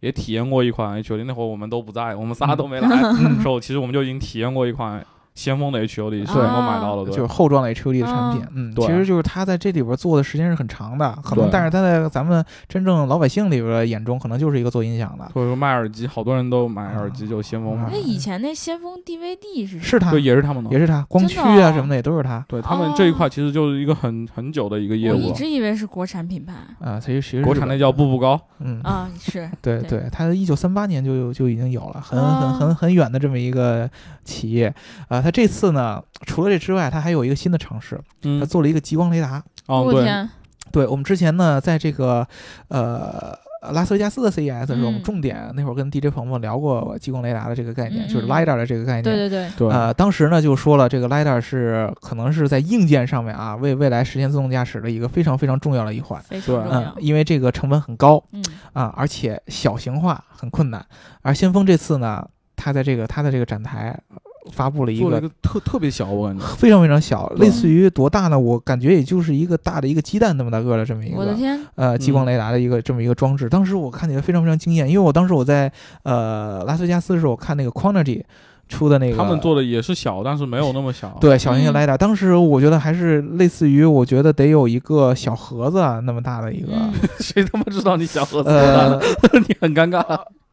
C: 也体验过一款 HUD，那会儿我们都不在，我们仨都没来的
B: 嗯
C: 时候，其实我们就已经体验过一款先锋的 HUD，是
A: 对
C: 能够买到的，对
B: 就是后装的 HUD 的产品
A: 啊，
B: 嗯，
C: 对
B: 其实就是它在这里边做的时间是很长的，可能
C: 对
B: 但是它在咱们真正老百姓里边的眼中，可能就是一个做音响的，
C: 或者说卖耳机，好多人都买耳机，就先锋买
A: 那以前那先锋 DVD 啊是什
B: 是它
C: 对，也是他们
B: 也
C: 的。
B: 是它，光
A: 真
B: 驱
A: 的
B: 啊
A: 哦
B: 什么的也都是它，
C: 对他们这一块其实就是一个很很久的一个业
A: 么？我
C: 务
A: 一
C: 了，
A: 直以为是国产品牌
B: 啊，其实其实
C: 国
B: 日
C: 产那
B: 本
C: 叫步步高，
B: 嗯，
A: 啊，是
B: 对
A: 对
B: 对，它一九三八年就有就已经有了，很很
A: 啊
B: 很很远的这么一个企业，啊，它这次呢，除了这之外，它还有一个新的尝试，它
C: 嗯，
B: 做了一个激光雷达，
C: 哦
A: 我
C: 对，
A: 天，
B: 对我们之前呢，在这个呃呃拉斯维加斯的 CES 的时候，我们
A: 嗯
B: 重点那会儿跟 DJ 鹏鹏聊过激光雷达的这个概念，
A: 嗯
B: 就是
A: 嗯
B: LiDAR 的这个概念。
A: 对对对，
C: 对，
B: 呃，当时呢就说了，这个 LiDAR 是可能是在硬件上面啊，为未来实现自动驾驶的一个非常非常重要的一环。
A: 非常重
C: 对
B: 嗯
A: 要，。
B: 因为这个成本很高
A: 嗯
B: 啊、而且小型化很困难。而先锋这次呢，它在这个它的这个展台呃发布了一
C: 做了
B: 个
C: 一个特特别小，我感觉。
B: 非常非常小，
A: 嗯
C: 对
B: 类似于多大呢？我感觉也就是一个大的一个鸡蛋那么大个儿的这么一
A: 我的
B: 个
A: 天，
B: 呃激
C: 嗯
B: 光雷达的一个这么一个装置。当时我看起来非常非常惊艳，因为我当时我在呃拉斯维加斯的时候，我看那个 Quanergy 出的那个
C: 他们做的也是小，但是没有那么小。，
B: 对小型的
A: 嗯
B: LiDAR，、当时我觉得还是类似于我觉得得有一个小盒子啊那么大的一个。
A: 嗯，
C: 谁他妈知道你小盒 子？
B: 呃
C: 你很尴尬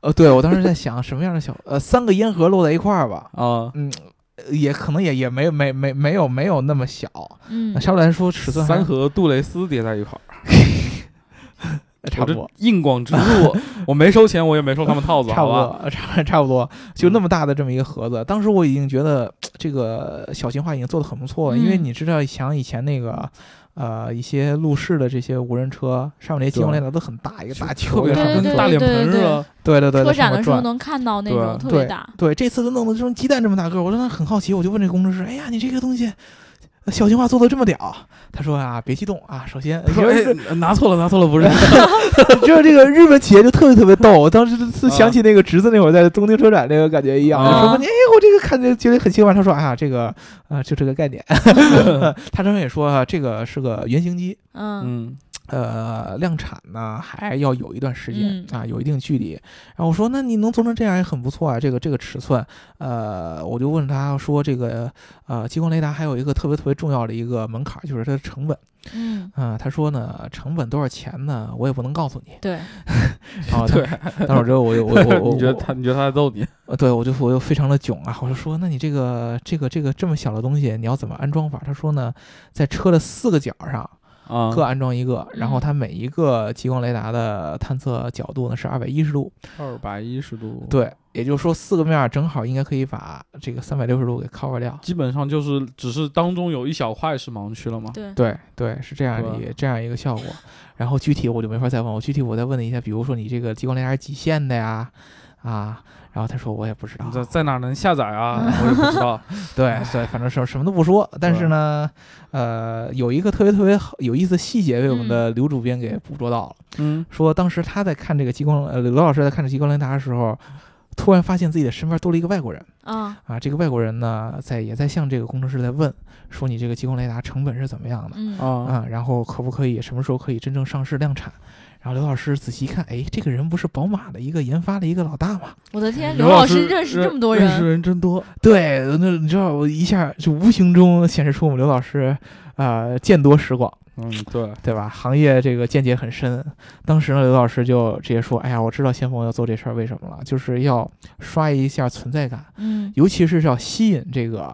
C: 啊、
B: 呃，对我当时在想什么样的小呃三个烟盒摞在一块儿吧，
C: 啊
B: 嗯，呃也可能也也没没没没有没有那么小，
A: 嗯，
B: 相对来说尺寸还
C: 三和杜蕾斯叠在一块儿，
B: 呃差不
C: 我
B: 多，
C: 这硬广植 入，我没收钱，我也没收他们套子，
B: 差
C: 好
B: 不
C: 吧？
B: 多，差差不多，就那么大的这么一个盒子。当时我已经觉得这个小型化已经做得很不错了，因为
A: 嗯
B: 你知道，想以前那个。呃，一些路试的这些无人车上面那些激光雷达都很大，一个大
C: 特
B: 球
C: 别
B: 在上
C: 大，
A: 对
B: 面
C: 跟
A: 对
C: 大
B: 转
C: 脸盆
A: 对
C: 似
A: 对
C: 的。
B: 对对对，
A: 车
B: 在上
A: 展的
B: 面
A: 时候
B: 转。
A: 能看到那种
C: 对
A: 特别大，
B: 对，这次都弄得这种鸡蛋这么大个儿，我真的很好奇，我就问这个工程师：“哎呀，你这个东西呃小型化做的这么屌？”他说：“啊，别激动啊，首先，
C: 说哎，拿错了，拿错了，不是
B: 你知道这个日本企业就特别特别逗，我当时是想起那个侄子那会儿在东京车展那个感觉一样，
C: 啊
B: 就说你哎，我这个看着觉得很喜欢。他说：“哎呀，这个呃，就这个概念。”他当时也说啊，这个是个原型机，
A: 嗯
C: 嗯，
B: 呃，量产呢还要有一段时间、
A: 嗯
B: 啊，有一定距离。然后我说，那你能做成这样也很不错啊，这个这个尺寸。呃，我就问他说，这个呃，激光雷达还有一个特别特别重要的一个门槛儿，就是它的成本。
A: 嗯，
B: 啊、他说呢，成本多少钱呢？我也不能告诉你。
A: 对，
B: 然后
C: 对
B: 啊当，当时我觉得我又我我我，
C: 你觉得他，你觉得他在逗你？
B: 呃，对我就我又非常的囧啊，我就说，那你这个这个这个这么小的东西，你要怎么安装法？他说呢，在车的四个角上。
C: 啊
B: 各安装一个，然后
A: 嗯
B: 它每一个激光雷达的探测角度呢是二百一十度，
C: 二百一十度，，
B: 对，也就是说四个面儿正好应该可以把这个三百六十度给 cover 掉。
C: 基本上就是只是当中有一小块是盲区了嘛。
A: 对，
B: 对对，是这样的
C: 对
B: 一这样一个效果。然后具体我就没法再问，我具体我再问了一下，比如说你这个激光雷达是几线的呀？啊，然后他说我也不知道
C: 你，在在哪能下载啊？
A: 嗯
C: 我也不知 道。
B: 对对，反正什什么都不说。但是呢，呃，有一个特别特别好有意思的细节被我们的刘主编给捕捉到了。
C: 嗯，
B: 说当时他在看这个激光，呃，刘老师在看这激光雷达的时候，突然发现自己的身边多了一个外国人
A: 啊，
B: 啊。这个外国人呢，在也在向这个工程师在问，说你这个激光雷达成本是怎么样的
A: 嗯，
C: 啊，
B: 啊？然后可不可以什么时候可以真正上市量产？然后刘老师仔细一看，哎，这个人不是宝马的一个研发的一个老大吗？
A: 我的天，
C: 刘
A: 哎刘老
C: 老
A: 师
C: 师
A: 认识这
C: 认
A: 么多
C: 认识
A: 人，
C: 人真多。
B: 对，那你知道我一下就无形中显示出我们刘老师，呃，见多识广。
C: 嗯，对，
B: 对吧？行业这个见解很深。当时呢，刘老师就直接说：“哎呀，我知道先锋要做这事儿为什么了，就是要刷一下存在感，
A: 嗯，
B: 尤其是要吸引这个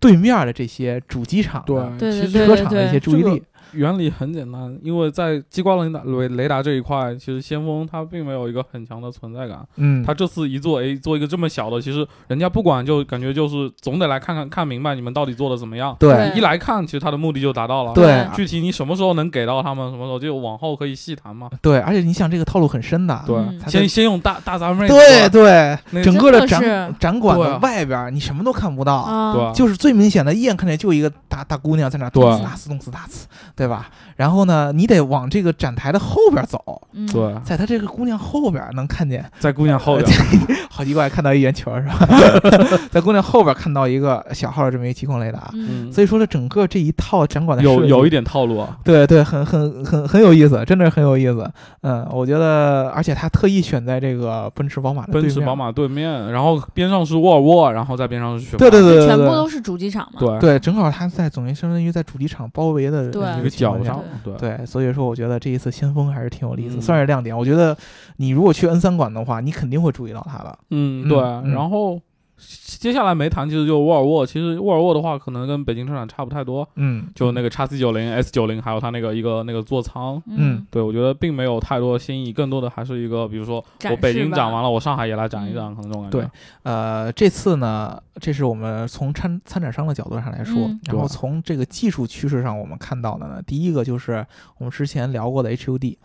B: 对面的这些主机厂的、
A: 对
C: 其
A: 对对
B: 车
C: 实
A: 对
B: 厂的一
A: 对，
B: 些注意力。
C: 原理很简单，因为在激光雷达雷雷达这一块，其实先锋它并没有一个很强的存在感。
B: 嗯，
C: 它这次一做，哎，做一个这么小的，其实人家不管，就感觉就是总得来看看看明白你们到底做的怎么样。
B: 对
C: 一来看，其实它的目的就达到了。
B: 对
C: 具体你什么时候能给到他们，什么时候就往后可以细谈嘛。
B: 对，而且你想这个套路很深的，
C: 对，
A: 嗯
B: 他在
C: 先先用大大杂妹做
B: 对对
C: 那
B: 整个
A: 真的
B: 展
A: 是
B: 展馆
C: 对
B: 的
C: 啊
B: 外边儿你什么都看不到。
A: 啊，
C: 对吧？
B: 就是最明显的，一眼看见就一个大大姑娘在那儿
C: 对
B: 动次打次动次打次，对吧？然后呢，你得往这个展台的后边儿走，
A: 嗯，
C: 对，啊
B: 在他这个姑娘后边儿能看见，
C: 在姑娘后边，
B: 好奇怪，看到一圆球儿是吧？ 在姑娘后边儿看到一个小号的这么一个激光雷达，
A: 嗯，
C: 嗯，
B: 所以说这整个这一套展 馆的
C: 有
B: 设计
C: 有一点套路啊。
B: 对对，很很很很有意思，真的是很有意思。嗯，我觉得，而且他特意选在这个奔驰、宝马的对
C: 奔
B: 面
C: 驰、宝，马对面，然后边上是沃尔沃，然后在边上是雪佛
B: 对
C: 兰。
B: 对对对
A: 全部
B: 对
A: 都是主机厂嘛，
C: 对啊
B: 对，正好他在总于相当于在主机厂包围的
A: 对
B: 一
C: 一
B: 个
C: 个
B: 情
C: 脚
B: 况下
C: 上。对
B: 对，所以说我觉得这一次先锋还是挺有意思，
C: 嗯
B: 算是亮点。我觉得你如果去 N 三馆的话，你肯定会注意到它的。
C: 嗯，
B: 嗯
C: 对。
B: 嗯
C: 然后接下来没谈，其实就是沃尔沃。其实沃尔沃的话，可能跟北京车展差不太多，
B: 嗯，
C: 就那个叉 C 九零、S 九零，还有它那个一个那个座舱。
A: 嗯，
C: 对，我觉得并没有太多新意，更多的还是一个，比如说
A: 展
C: 我北
A: 示
C: 京
A: 吧
C: 展完了，我上海也来展一展，可能这种感觉。
B: 对呃，这次呢，这是我们从参参展商的角度上来说，
A: 嗯
B: 然后
C: 对
B: 从这个技术趋势上，我们看到的呢，第一个就是我们之前聊过的 HUD，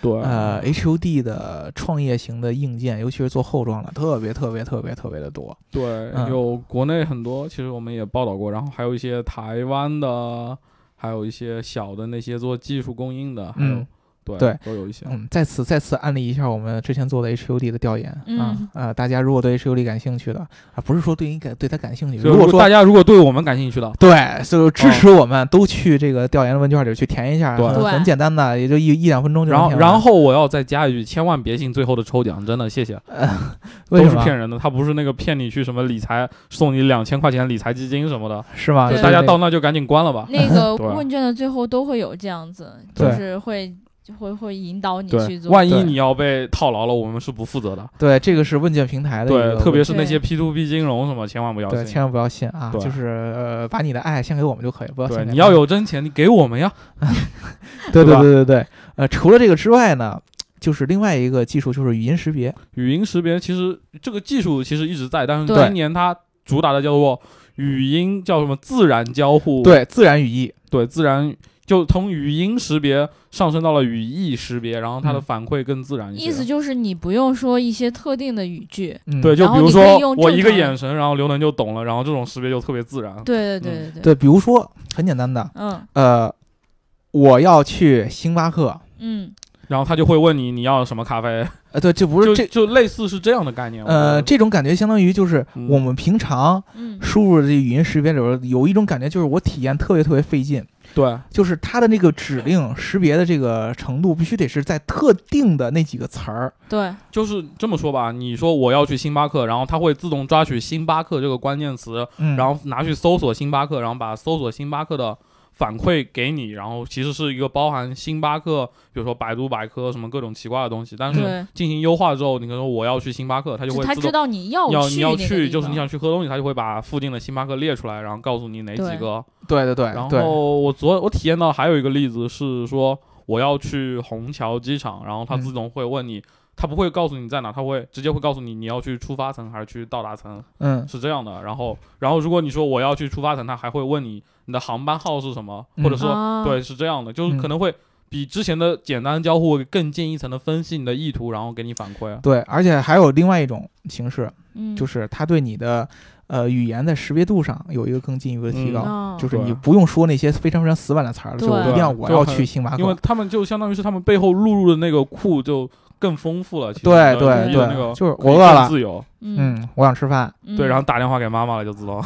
C: 对，
B: 呃 HUD 的创业型的硬件，尤其是做后装的，特别特别特别特别的多。
C: 对，
B: 嗯
C: 有国内很多，其实我们也报道过，然后还有一些台湾的，还有一些小的那些做技术供应的，还有、
B: 嗯
C: 对
B: 对
C: 都有一些。
B: 嗯，在此再次安利一下我们之前做的 HUD 的调研啊
A: 嗯，
B: 呃，大家如果对 HUD 感兴趣的啊，不是说对你感对它感兴趣，
C: 所以
B: 如果说
C: 大家如果对我们感兴趣的，
B: 对，就是支持我们都去这个调研的问卷里去填一下，
C: 对
B: 很
A: 对
B: 很简单的，也就一一两分钟就
C: 然
B: 能
C: 后
B: 填完。
C: 然后我要再加一句，千万别信最后的抽奖，真的谢谢，
B: 为
C: 都
B: 什
C: 是
B: 么
C: 骗人的，他不是那个骗你去什么理财，送你两千块钱理财基金什么的，
B: 是吗？
A: 对
B: 就
C: 大家
B: 是那
C: 到那就赶紧关了 吧。
A: 那个
C: 对
A: 问卷的最后都会有这样子，就
B: 对
A: 是会就会会引导你去
C: 对，
A: 做。
C: 万一
B: 对哎
C: 你要被套牢了，我们是不负责的。
B: 对这个是问卷平台的一
C: 对，
B: 个
C: 特别是
A: 对
C: 那些 P to P 金融什么，千万不要
B: 对，
C: 信。
B: 千万不要信啊！
C: 对
B: 就是呃，把你的爱献给我们就可以，不要献
C: 对，
B: 给
C: 你要有真钱，你给我们呀。
B: 他对
C: 对
B: 对
C: 吧
B: 对对对。呃，除了这个之外呢，就是另外一个技术就是语音识别，
C: 语音识别其实这个技术其实一直在，但是
A: 对
C: 今年它主打的叫做语音叫什么自然交互，
B: 对，自然语义，
C: 对自然就从语音识别上升到了语义识别，然后它的
B: 嗯
C: 反馈更自然一些。
A: 意思就是你不用说一些特定的语句，
B: 嗯，
C: 对，就
A: 然
C: 比
A: 后
C: 如
A: 你可以
C: 说
A: 用
C: 我一个
A: 正常
C: 眼神，然后刘能就懂了，然后这种识别就特别自然。
A: 对对对对对，
B: 对，比如说很简单的，
A: 嗯
B: 呃，我要去星巴克，
A: 嗯，
C: 然后他就会问你你要什么咖啡，
B: 呃，对，这不
C: 就是
B: 这。
C: 就类似是这样的概念。
B: 呃，
C: 我觉得
B: 这种感觉相当于就是
C: 嗯
B: 我们平常
A: 嗯，
B: 输入的这语音识别里边有一种感觉，就是我体验特别特别费劲，
C: 对
B: 就是它的那个指令识别的这个程度必须得是在特定的那几个词儿，
A: 对，
C: 就是这么说吧，你说我要去星巴克，然后它会自动抓取星巴克这个关键词，
B: 嗯，
C: 然后拿去搜索星巴克，然后把搜索星巴克的反馈给你，然后其实是一个包含星巴克，比如说百度百科什么各种奇怪的东西，但是
A: 对，
C: 进行优化之后，你可能说我要去星巴克，嗯它就
A: 就
C: 会
A: 他
C: 自
A: 知
C: 动。
A: 道你要
C: 要你要
A: 那个
C: 去，
A: 地
C: 就是
A: 方
C: 你想去喝东西，它就会把附近的星巴克列出来，然后告诉你哪
A: 对
C: 几个。
B: 对对对，
C: 然
B: 哎对
C: 后我昨我体验到还有一个例子是说，我要去虹桥机场，然后它
B: 嗯
C: 自动会问你，它不会告诉你在哪，它会直接会告诉你你要去出发层还是去到达层，
B: 嗯
C: 是这样的。然后然后如果你说我要去出发层，它还会问你你的航班号是什么，
B: 嗯
C: 或者说、
A: 啊
C: 对是这样的，就
B: 嗯
C: 是可能会比之前的简单交互更进一层的分析你的意图，然后给你反馈。
B: 对，而且还有另外一种形式，
A: 嗯
B: 就是它对你的呃语言在识别度上有一个更进一步的提
C: 嗯
B: 高，
A: 哦
B: 啊就是你
C: 对
B: 不用说那些非常非常死板的词儿了，就我
A: 对
B: 一定要我
C: 就
B: 要
C: 很
B: 去星巴
C: 因为
B: 克，
C: 他们就相当于是他们背后录入的那个库就更丰富了。其实
B: 对
C: 你
B: 对
C: 的
A: 有
C: 那个
B: 对，就是
C: 可以
B: 我饿
C: 更
B: 了，
C: 自由。
A: 嗯
B: 嗯，我想吃饭，
A: 嗯，
C: 对，然后打电话给妈妈了 就知道。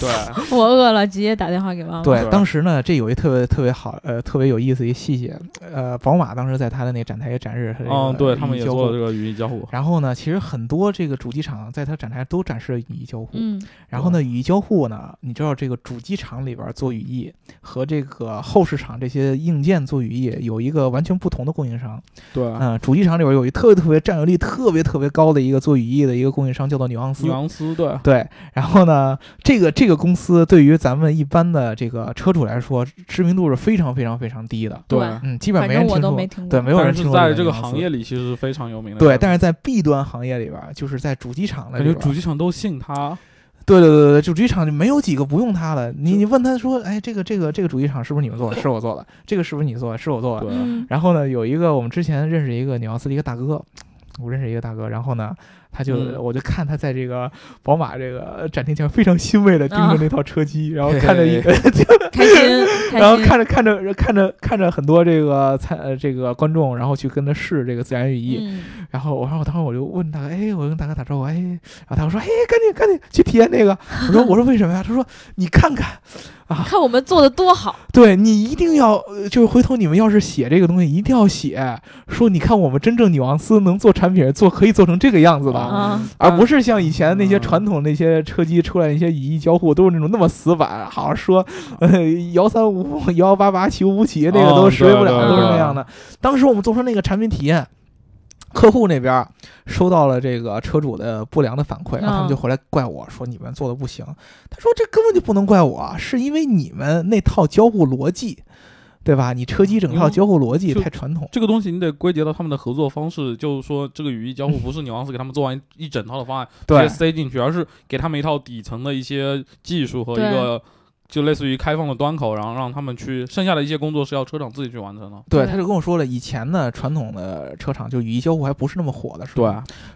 C: 对，
A: 我饿了，直接打电话给妈妈。
B: 对，
C: 对
B: 当时呢，这有一特别特别好，呃，特别有意思一细节，呃，宝马当时在它的那个展台展示，
C: 嗯，对他们也做了这
B: 这个语义交互。
C: 个语义交互。
B: 然后呢，其实很多这个主机厂在它展台都展示了语义交互。
A: 嗯，
B: 然后呢，语义交互呢，你知道这个主机厂里边做语义和这个后市场这些硬件做语义有一个完全不同的供应商。
C: 对，
B: 嗯，主机厂里边有一特别特别占有率特别特别高的一个做语义的一个供应商，叫做女昂斯
C: 尼。昂斯对，
B: 对，然后呢，这个这个公司对于咱们一般的这个车主来说，知名度是非常非常非常低的。
A: 对
B: 嗯，基本
A: 反
B: 上没
A: 正
B: 人
A: 我
B: 听
A: 都
B: 说，
A: 没听过。
B: 对，没有人
C: 但
B: 听
C: 是
B: 说
C: 在
B: 个
C: 这个
B: 公司
C: 行业里其实是非常有名的。
B: 对，但是在 B 端行业里边儿，就是在主机厂的
C: 感
B: 里边
C: 觉
B: 儿，
C: 主机厂都信他。
B: 对对对对，主机厂就没有几个不用它的。你
C: 就
B: 你问他说，哎，这个这个这个主机厂是不是你们做的？是我做的。这个是不是你做的？是我做的。
C: 对，
A: 嗯，
B: 然后呢，有一个我们之前认识一个鸟斯的一个大哥，我认识一个大哥，然后呢，他就、
C: 嗯
B: 我就看他在这个宝马这个展厅前非常欣慰的盯着
A: 啊
B: 那套车机，然后
C: 嗯嘿
B: 看着一，
A: 开心，开心
B: 然后看着看着看着看着很多这个参呃这个观众，然后去跟他试这个自然语义，
A: 嗯，
B: 然后我然后我当时我就问大哥，哎，我跟大哥打招呼，哎，然后大哥说，哎，赶紧赶紧去体验那个，我说我说为什么呀？他说你看看，
A: 看我们做的多好。
B: 对你一定要，呃就是回头你们要是写这个东西，一定要写说，你看我们真正女王斯能做产品，做可以做成这个样子的，
A: 啊
B: 而不是像以前那些传统那些车机出来那些语义交互都是那种那么死板，好像说呃幺三五幺幺八八起五起那个
C: 哦
B: 都识别不
C: 对
A: 对
B: 了，都是那
A: 对
B: 样的。当时我们做出那个产品体验。客户那边收到了这个车主的不良的反馈，然后他
A: 嗯
B: 们就回来怪我说你们做的不行。他说这根本就不能怪我，是因为你们那套交互逻辑，对吧？你车机整套
C: 嗯
B: 交互逻辑
C: 就
B: 太传统。
C: 这个东西你得归结到他们的合作方式，就是说这个语义交互不是尼昂斯给他们做完一整套的方案直接
B: 对
C: 塞进去，而是给他们一套底层的一些技术和一
A: 对
C: 个就类似于开放了端口，然后让他们去剩下的一些工作是要车厂自己去完成的。
B: 对，
A: 对
B: 他就跟我说了，以前呢，传统的车厂就雨衣交互还不是那么火的时候，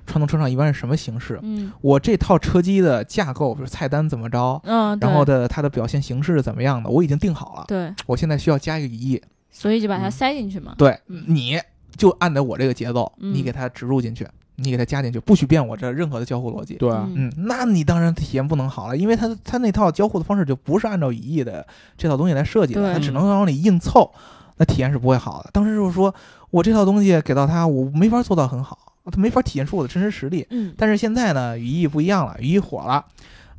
B: 传统车厂一般是什么形式？
A: 嗯
B: 我这套车机的架构，比如菜单怎么着，
A: 嗯，
B: 然后
A: 对
B: 的它的表现形式是怎么样的，我已经定好了。
A: 对，
B: 我现在需要加一个语义，
A: 所以就把它
C: 嗯
A: 塞进去嘛。
B: 对
A: 嗯
B: 你就按照我这个节奏，
A: 嗯
B: 你给它植入进去，你给它加进去，不许变我这任何的交互逻辑。
C: 对啊，
A: 嗯
B: 嗯，那你当然体验不能好了，因为它它那套交互的方式就不是按照语义的这套东西来设计的，
A: 对
B: 它只能让你硬凑，那体验是不会好的。当时就是说我这套东西给到他，我没法做到很好，他没法体现出我的真实实力。
A: 嗯
B: 但是现在呢，语义不一样了，语义火了。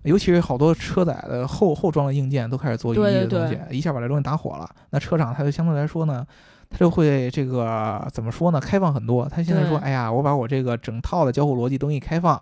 B: 尤其是好多车载的后后装的硬件都开始做语义
A: 对
B: 的
A: 对
B: 东西，一下把这东西打火了。那车厂它就相对来说呢，它就会这个怎么说呢？开放很多。它现在说，
A: 对
B: 哎呀，我把我这个整套的交互逻辑都给你开放，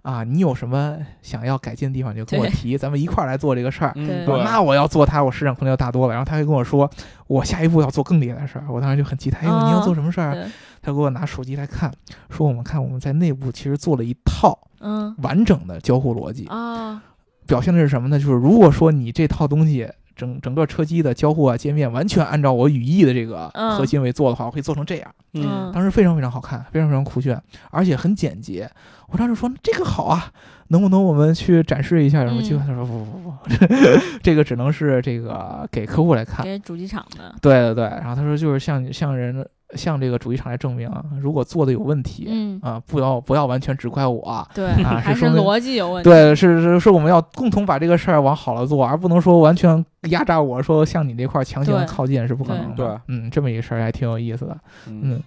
B: 啊，你有什么想要改进的地方就跟我
A: 对
B: 提，咱们一块儿来做这个事儿。
A: 对
C: 嗯，
A: 对
B: 那我要做它，我施展空间就大多了。然后他还跟我说，我下一步要做更厉害的事儿。我当时就很期待，哎呦，
A: 啊
B: 你要做什么事儿？
A: 对
B: 他给我拿手机来看，说我们看我们在内部其实做了一套
A: 嗯
B: 完整的交互逻辑，
A: 啊
B: 表现的是什么呢？就是如果说你这套东西整整个车机的交互啊界面完全按照我语义的这个
A: 嗯
B: 核心为做的话，我可以做成这样。
A: 嗯
B: 当时非常非常好看，非常非常酷炫，而且很简洁。我当时说这个好啊，能不能我们去展示一下？然后
A: 嗯
B: 结果他说不不不 不，这个只能是这个给客户来
C: 啊
B: 看。
A: 给主机厂的。
B: 对对对，然后他说就是向向人向这个主机厂来证明啊，如果做的有问题啊、
A: 嗯，
B: 不要不要完全只怪我啊，嗯
A: 对，
B: 啊是
A: 还是
B: 说明
A: 逻辑有问题。
B: 对，是是是，我们要共同把这个事儿往好了做，而不能说完全压榨我说向你这块儿强行
A: 对
B: 靠近是不可
A: 对
B: 能的。
C: 对啊
B: 嗯，这么一个事儿还挺有意思的。
C: 嗯
B: 嗯，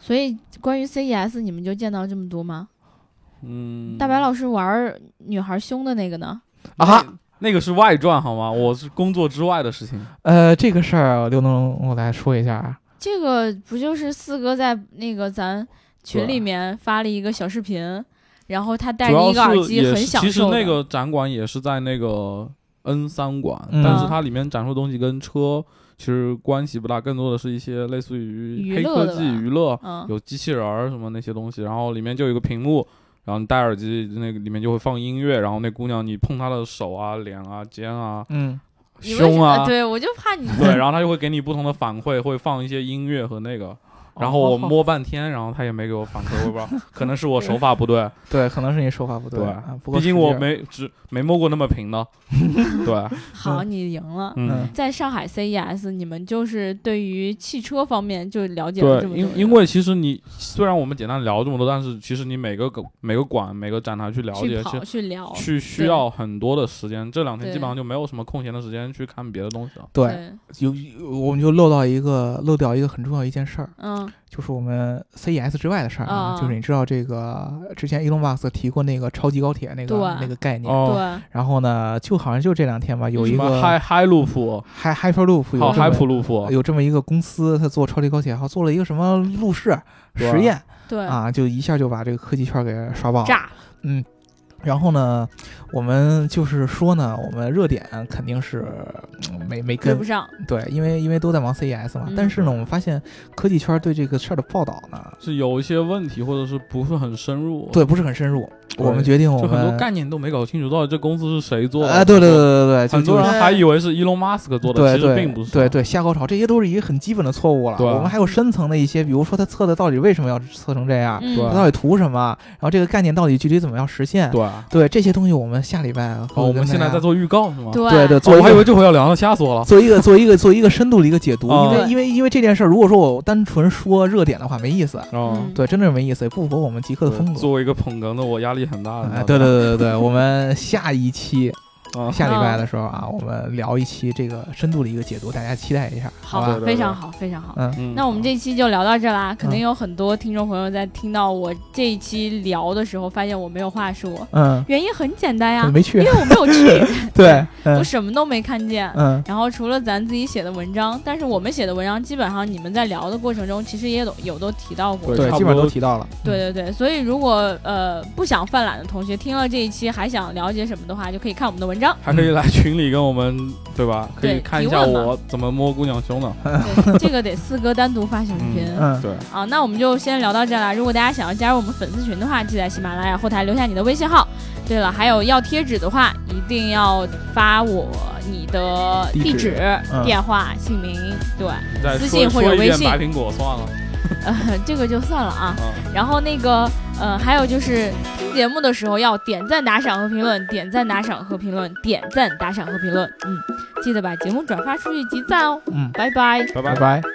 A: 所以关于 CES 你们就见到这么多吗？
C: 嗯，
A: 大白老师玩儿女孩胸的那个呢？
B: 啊
C: 那，那个是外传好吗？我是工作之外的事情。
B: 呃，这个事儿刘能，我来说一下啊。
A: 这个不就是四哥在那个咱群
C: 对
A: 里面发了一个小视频，然后他戴
C: 主
A: 着
C: 要
A: 一个耳
C: 是
A: 机，
C: 也
A: 很
C: 是，
A: 享
C: 其实
A: 受的。
C: 那个展馆也是在那个 N 三馆，
B: 嗯
C: 但是它里面展出的东西跟车其实关系不大，更多的是一些类似于
A: 娱
C: 黑
A: 乐
C: 科
A: 的
C: 技
A: 吧
C: 娱乐，
A: 嗯，
C: 有机器人儿什么那些东西，然后里面就有一个屏幕。然后你戴耳机，那个里面就会放音乐，然后那姑娘你碰她的手啊、脸啊、肩啊、
B: 嗯，
A: 你为
C: 胸
A: 啥
C: 啊，
A: 对我就怕你
C: 对，然后她就会给你不同的反馈，会放一些音乐和那个。然后我
B: 哦
C: 摸半天，然后她也没给我反馈，我也不知道，可能是我手法不对，
B: 对，可能是你手法不对
C: 对
B: 啊。不过
C: 毕竟
B: 实
C: 我
B: 际
C: 没只没摸过那么平 的，对，
A: 好，你赢了。
B: 嗯
C: 嗯，
A: 在上海 CES，你们就是对于汽车方面就了解了
C: 对
A: 这，么多嗯
C: 因
A: 了，
C: 因为其实你虽然我们简单聊这么多，但是其实你每个个每个馆每个展台去了
A: 去
C: 解，
A: 跑
C: 去
A: 去聊，
C: 去需
A: 对
C: 要很多的时间，这两天
A: 对
C: 基本上就没有什么空闲的时间去看别的东西了。
B: 对，
A: 对，
B: 有有我们就漏到一个漏掉一个很重要一件事儿，
A: 嗯
B: 就是我们 CES 之外的事儿啊，
A: 啊
B: 就是你知道这个之前 Elon Musk 提过那个超级高铁那个
A: 对
B: 那个概念，
C: 哦，
A: 对，
B: 然后呢，就好像就这两天吧，有
C: 什
B: 一
C: 么哦
B: 个
C: Hi Hi 路普，
B: Hi Hyperloop 有
C: 好
B: 这么哎
C: Hi 普路普，
B: 有这么一个公司，它做超级高铁，还做了一个什么路试
C: 对
B: 实验
A: 对，
B: 啊，就一下就把这个科技圈给刷爆了。
A: 嗯炸，
B: 嗯，然后呢，我们就是说呢，我们热点肯定是嗯没没
A: 追
B: 跟
A: 不上，
B: 对，因为因为都在忙 CES 嘛。
A: 嗯
B: 但是呢，我们发现科技圈对这个事儿的报道呢，
C: 是有一些问题或者是不是很深入，，
B: 对不是很深入。
C: 对
B: 我们决定我
C: 就很多
B: 们
C: 概念都没搞清楚，到底这公司是谁做的？
B: 啊，对对对对对，就
C: 很多
B: 就是
C: 人还以为是 Elon Musk 做的，
B: 对
C: 其实
B: 对
C: 并不是。啊
B: 对对，瞎高潮，这些都是一个很基本的错误了。
C: 对啊
B: 我们还有深层的一些，比如说他测的到底为什么要测成这样，
A: 嗯
C: 对
B: 它到底图什么，然后这个概念到底具体怎么样实现，
C: 啊对，
B: 对这些东西，我们下礼拜
C: 哦，
B: 会
C: 我
B: 跟
C: 们现
B: 大
C: 在
B: 家
C: 在做预告是吗？
B: 对对，
C: 哦
B: 做一
C: 我还以为
B: 个
C: 这回要聊了，吓死我了。
B: 做一个做一个做一个深度的一个解读，因
C: 哦
B: 为因为因为这件事儿，如果说我单纯说热点的话，没意思，
C: 哦，
A: 嗯
B: 对，真的是没意思，也不符合我们极客的风格。
C: 作为一个捧哏的我，压力很大
B: 哎，
C: 的。
B: 对对对对对，我们下一期
C: 啊，
B: 下礼拜的时候啊，我们聊一期这个深度的一个解读，大家期待一下，好
A: 好
B: 吧
C: 对？对
A: 非常好，非常好。
B: 嗯，
C: 嗯
A: 那我们这期就聊到这啦，肯定
B: 嗯
A: 有很多听众朋友在听到我这一期聊的时候，发现我没有话说，
B: 嗯，
A: 原因很简单
B: 我
A: 呀，
B: 没去
A: 啊因，为我没有去，
B: 对，嗯
A: 我什么都没看见。
B: 嗯，
A: 然后除了咱自己写的文章，但是我们写的文章基本上你们在聊的过程中，其实也有有都提到过。
C: 对
B: 对，嗯
C: 差不
B: 基本上
C: 多
B: 都提到了，
A: 对对对，所以如果呃不想犯懒的同学听了这一期还想了解什么的话，就可以看我们的文章。
C: 还可以来群里跟我们，对吧？可以
A: 对
C: 看一下
A: 嗯提问嘛
C: 我怎么摸姑娘胸的。
A: 对，这个得四哥单独发小视频。
B: 嗯，
C: 对，
A: 啊，那我们就先聊到这儿啦。如果大家想要加入我们粉丝群的话，记得在喜马拉雅后台留下你的微信号，对了，还有要贴纸的话，一定要发我你的
B: 地
A: 地
B: 址
A: 址、
B: 嗯
A: 电话、姓名，对，
C: 你再
A: 私
C: 说
A: 信或者
C: 说一
A: 微
C: 遍
A: 信
C: 白苹果算了
A: 呃，这个就算了啊。
C: 啊。
A: 然后那个，呃，还有就是听节目的时候要点赞、打赏和评论，点赞、打赏和评论，点赞、打赏和评论。嗯，记得把节目转发出去集赞哦。
B: 嗯，
A: 拜拜。
C: 拜拜
B: 拜。拜。